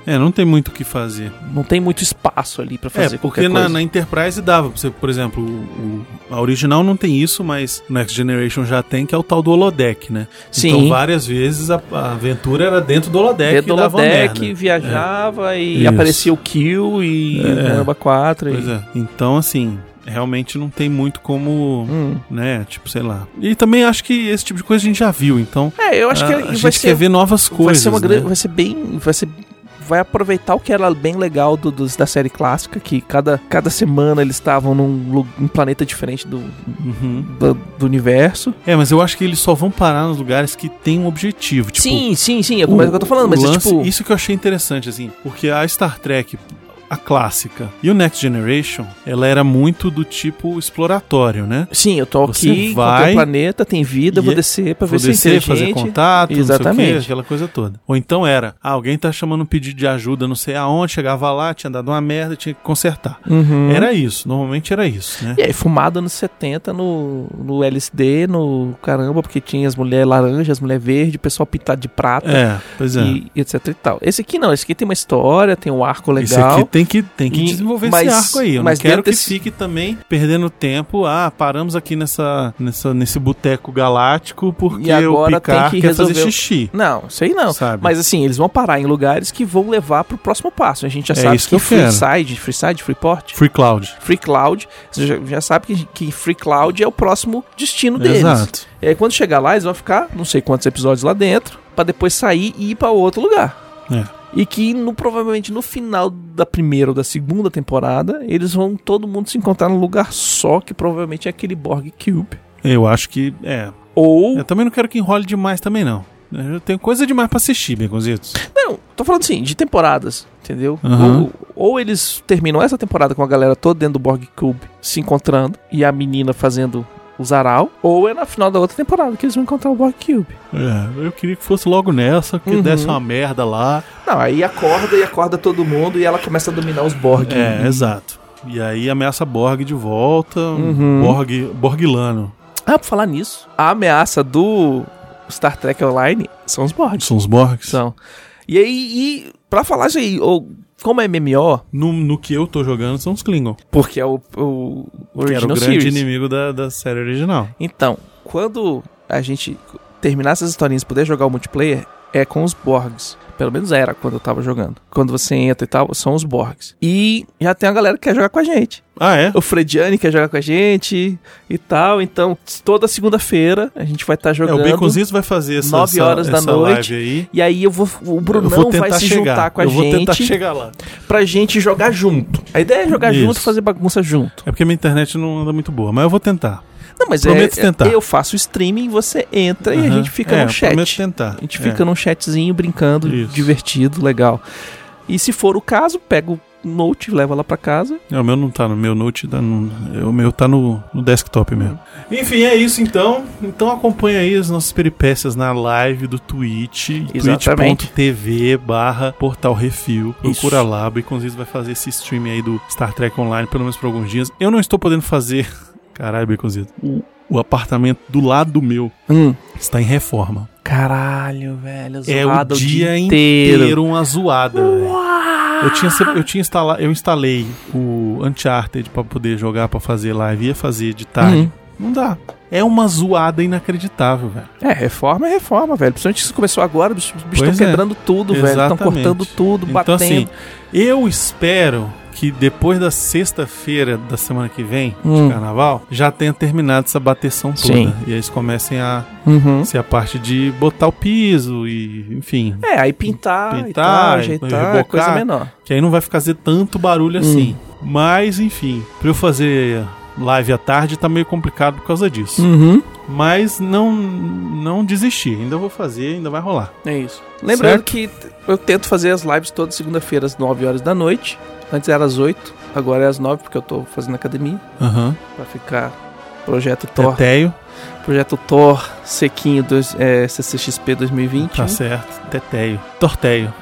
Speaker 1: É. é, não tem muito o que fazer.
Speaker 3: Não tem muito espaço ali pra fazer
Speaker 1: é, porque
Speaker 3: qualquer
Speaker 1: na,
Speaker 3: coisa.
Speaker 1: na Enterprise dava. pra você- Por exemplo, o- o- a original não tem isso, mas Next Generation já tem, que é o tal do holodeck, né?
Speaker 3: Sim.
Speaker 1: Então várias vezes a, a aventura era dentro do holodeck
Speaker 3: Dentro do
Speaker 1: e dava uma
Speaker 3: holodeck,
Speaker 1: merda.
Speaker 3: viajava e
Speaker 1: Isso.
Speaker 3: aparecia o Kill e
Speaker 1: É.
Speaker 3: Caramba 4
Speaker 1: Pois
Speaker 3: e...
Speaker 1: é. Então, assim, realmente não tem muito como...
Speaker 3: Hum.
Speaker 1: Né, tipo, sei lá. E também acho que esse tipo de coisa a gente já viu, então.
Speaker 3: É, eu acho que
Speaker 1: a, a
Speaker 3: vai
Speaker 1: gente
Speaker 3: ser,
Speaker 1: quer ver novas coisas.
Speaker 3: vai ser uma
Speaker 1: né?
Speaker 3: grande, vai ser bem, vai ser vai aproveitar o que era bem legal do, dos- da série clássica, que cada, cada semana eles estavam num, lu- um planeta diferente do,
Speaker 1: Uhum.
Speaker 3: do, do universo.
Speaker 1: É, mas eu acho que eles só vão parar nos lugares que tem um objetivo. Tipo,
Speaker 3: sim, sim, sim, é o, que eu tô falando, mas
Speaker 1: o
Speaker 3: é
Speaker 1: lance-
Speaker 3: tipo...
Speaker 1: Isso que eu achei interessante, assim, porque a Star Trek, a clássica, e o Next Generation, ela era muito do tipo exploratório, né?
Speaker 3: Sim, eu tô
Speaker 1: Você
Speaker 3: aqui,
Speaker 1: vai-
Speaker 3: encontrei o planeta, tem vida, eu vou
Speaker 1: E-
Speaker 3: descer pra
Speaker 1: Vou
Speaker 3: ver se
Speaker 1: descer,
Speaker 3: tem
Speaker 1: fazer
Speaker 3: gente.
Speaker 1: contato, não sei o
Speaker 3: Exatamente.
Speaker 1: quê, aquela coisa toda. Ou então era, ah, alguém tá chamando um pedido de ajuda, não sei aonde, chegava lá, tinha dado uma merda, tinha que consertar.
Speaker 3: Uhum.
Speaker 1: Era isso, normalmente era isso, né?
Speaker 3: E aí, fumada nos 70, no, no LSD, no caramba, porque tinha as mulheres laranjas, as mulheres verdes, o pessoal pintado de prata.
Speaker 1: É, pois é.
Speaker 3: e etc e tal. Esse aqui não, esse aqui tem uma história, tem um arco legal.
Speaker 1: Esse aqui tem que, tem que
Speaker 3: E-
Speaker 1: desenvolver
Speaker 3: mas-
Speaker 1: esse arco aí. Eu
Speaker 3: mas
Speaker 1: não quero
Speaker 3: dentro
Speaker 1: que
Speaker 3: desse-
Speaker 1: fique também perdendo tempo. Ah, paramos aqui nessa, nessa, nesse boteco galáctico porque
Speaker 3: E agora
Speaker 1: o Picard
Speaker 3: tem que
Speaker 1: quer fazer
Speaker 3: resolver o-
Speaker 1: xixi.
Speaker 3: Não, isso aí não.
Speaker 1: Sabe?
Speaker 3: Mas assim, eles vão parar em lugares que vão levar pro próximo passo. A gente já
Speaker 1: É
Speaker 3: sabe
Speaker 1: isso que eu quero.
Speaker 3: Freeside, Freeside, Freeport,
Speaker 1: Free Cloud.
Speaker 3: Free Cloud, você já, já sabe que, que Free Cloud é o próximo destino deles.
Speaker 1: Exato.
Speaker 3: E aí quando chegar lá, eles vão ficar não sei quantos episódios lá dentro, pra depois sair e ir pra outro lugar.
Speaker 1: É.
Speaker 3: E que no, provavelmente no final da primeira ou da segunda temporada, eles vão todo mundo se encontrar num lugar só, que provavelmente é aquele Borg Cube.
Speaker 1: Eu acho que. É.
Speaker 3: Ou
Speaker 1: Eu também não quero que enrole demais também, não. Eu tenho coisa demais pra assistir, Beconzitos.
Speaker 3: Não, tô falando assim, de temporadas, entendeu?
Speaker 1: Aham.
Speaker 3: Ou, ou eles terminam essa temporada com a galera toda dentro do Borg Cube se encontrando e a menina fazendo o Zaral, ou é na final da outra temporada que eles vão encontrar o Borg Cube.
Speaker 1: É, eu queria que fosse logo nessa, que
Speaker 3: Uhum.
Speaker 1: desse uma merda lá.
Speaker 3: Não, aí acorda e acorda todo mundo e ela começa a dominar os Borg.
Speaker 1: É, exato. E aí ameaça Borg de volta. um
Speaker 3: Uhum.
Speaker 1: Borg, Borglano.
Speaker 3: Ah, pra falar nisso, a ameaça do Star Trek Online são os Borg.
Speaker 1: São os Borgs?
Speaker 3: São. E aí, e pra falar isso aí, ou, como é MMO,
Speaker 1: No, no que eu tô jogando são os Klingon.
Speaker 3: porque é o, o
Speaker 1: Que era o
Speaker 3: Original
Speaker 1: grande
Speaker 3: Series.
Speaker 1: inimigo da, da série original.
Speaker 3: Então, quando a gente terminar essas historinhas e puder jogar o multiplayer, é com os Borgs. Pelo menos era quando eu tava jogando. Quando você entra e tal, são os Borgs. E já tem a galera que quer jogar com a gente.
Speaker 1: Ah, é?
Speaker 3: O Frediani quer jogar com a gente e tal. Então, toda segunda-feira a gente vai estar
Speaker 1: É,
Speaker 3: jogando.
Speaker 1: o Baconzitos vai fazer essa,
Speaker 3: nove
Speaker 1: essa-
Speaker 3: horas da
Speaker 1: essa
Speaker 3: noite.
Speaker 1: live aí.
Speaker 3: e aí eu vou, o
Speaker 1: eu
Speaker 3: Brunão
Speaker 1: vou tentar
Speaker 3: vai se
Speaker 1: chegar.
Speaker 3: juntar com a
Speaker 1: eu vou tentar
Speaker 3: gente
Speaker 1: chegar lá.
Speaker 3: pra gente jogar junto. A ideia é jogar
Speaker 1: Isso.
Speaker 3: junto, fazer bagunça junto.
Speaker 1: É porque minha internet não anda muito boa, mas eu vou tentar.
Speaker 3: Não, mas
Speaker 1: Prometo
Speaker 3: é,
Speaker 1: tentar.
Speaker 3: eu faço o streaming, você entra e a
Speaker 1: Aham.
Speaker 3: gente fica
Speaker 1: é,
Speaker 3: no chat.
Speaker 1: Prometo tentar.
Speaker 3: A gente
Speaker 1: É.
Speaker 3: fica num chatzinho brincando,
Speaker 1: Isso.
Speaker 3: divertido, legal. E se for o caso, pega o note, leva lá pra casa.
Speaker 1: É, o meu não tá no meu note, tá no- é, o meu tá no, no desktop mesmo. Enfim, é isso então. Então acompanha aí as nossas peripécias na live do Twitch,
Speaker 3: Exatamente.
Speaker 1: twitch.tv barra Portal Refil. Procura
Speaker 3: Isso.
Speaker 1: lá, o Baconzitos vai fazer esse stream aí do Star Trek Online, pelo menos por alguns dias. Eu não estou podendo fazer, caralho, Baconzitos, o, o apartamento do lado do meu
Speaker 3: Hum.
Speaker 1: está em reforma.
Speaker 3: Caralho, velho.
Speaker 1: É o
Speaker 3: zoado
Speaker 1: dia inteiro uma zoada, velho. Eu tinha, se- eu tinha instala, eu instalei o Uncharted pra poder jogar, pra fazer live, ia fazer de tarde.
Speaker 3: Uhum.
Speaker 1: Não dá. É uma zoada inacreditável, velho.
Speaker 3: É, reforma é reforma, velho. Principalmente se começou agora, os bichos estão
Speaker 1: Pois é.
Speaker 3: quebrando tudo, velho. Estão
Speaker 1: Exatamente.
Speaker 3: cortando tudo,
Speaker 1: Então
Speaker 3: batendo.
Speaker 1: assim, eu espero que depois da sexta-feira da semana que vem,
Speaker 3: Hum.
Speaker 1: de carnaval, já tenha terminado essa bateção toda.
Speaker 3: Sim.
Speaker 1: E aí eles comecem a
Speaker 3: Uhum.
Speaker 1: ser a parte de botar o piso e, enfim,
Speaker 3: É, aí pintar,
Speaker 1: Pintar,
Speaker 3: e tal, ajeitar,
Speaker 1: rebocar.
Speaker 3: é coisa menor.
Speaker 1: Que aí não vai fazer tanto barulho assim. Mas, enfim, pra eu fazer live à tarde tá meio complicado por causa disso.
Speaker 3: Uhum.
Speaker 1: Mas não não desisti, ainda vou fazer, ainda vai rolar.
Speaker 3: É isso. Lembrando
Speaker 1: Certo.
Speaker 3: que t- eu tento fazer as lives todas segunda-feira às 9 horas da noite. Antes era às 8, agora é às 9 porque eu tô fazendo academia
Speaker 1: Aham.
Speaker 3: pra ficar projeto Thor,
Speaker 1: Teteio,
Speaker 3: projeto Thor sequinho dois, é, CCXP 2020.
Speaker 1: tá certo. Teteio. Torteio.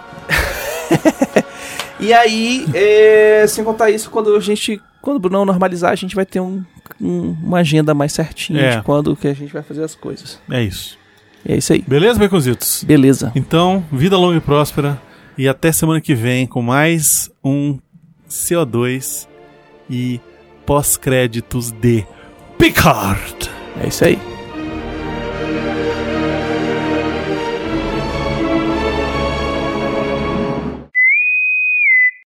Speaker 3: E aí, é, sem contar isso, quando a gente quando o Brunão normalizar, a gente vai ter um- um- uma agenda mais certinha
Speaker 1: É.
Speaker 3: de quando que a gente vai fazer as coisas.
Speaker 1: É isso.
Speaker 3: E é isso aí.
Speaker 1: Beleza, Beconzitos?
Speaker 3: Beleza.
Speaker 1: Então, vida longa e próspera. E até semana que vem com mais um CO2 e pós-créditos de Picard.
Speaker 3: É isso aí.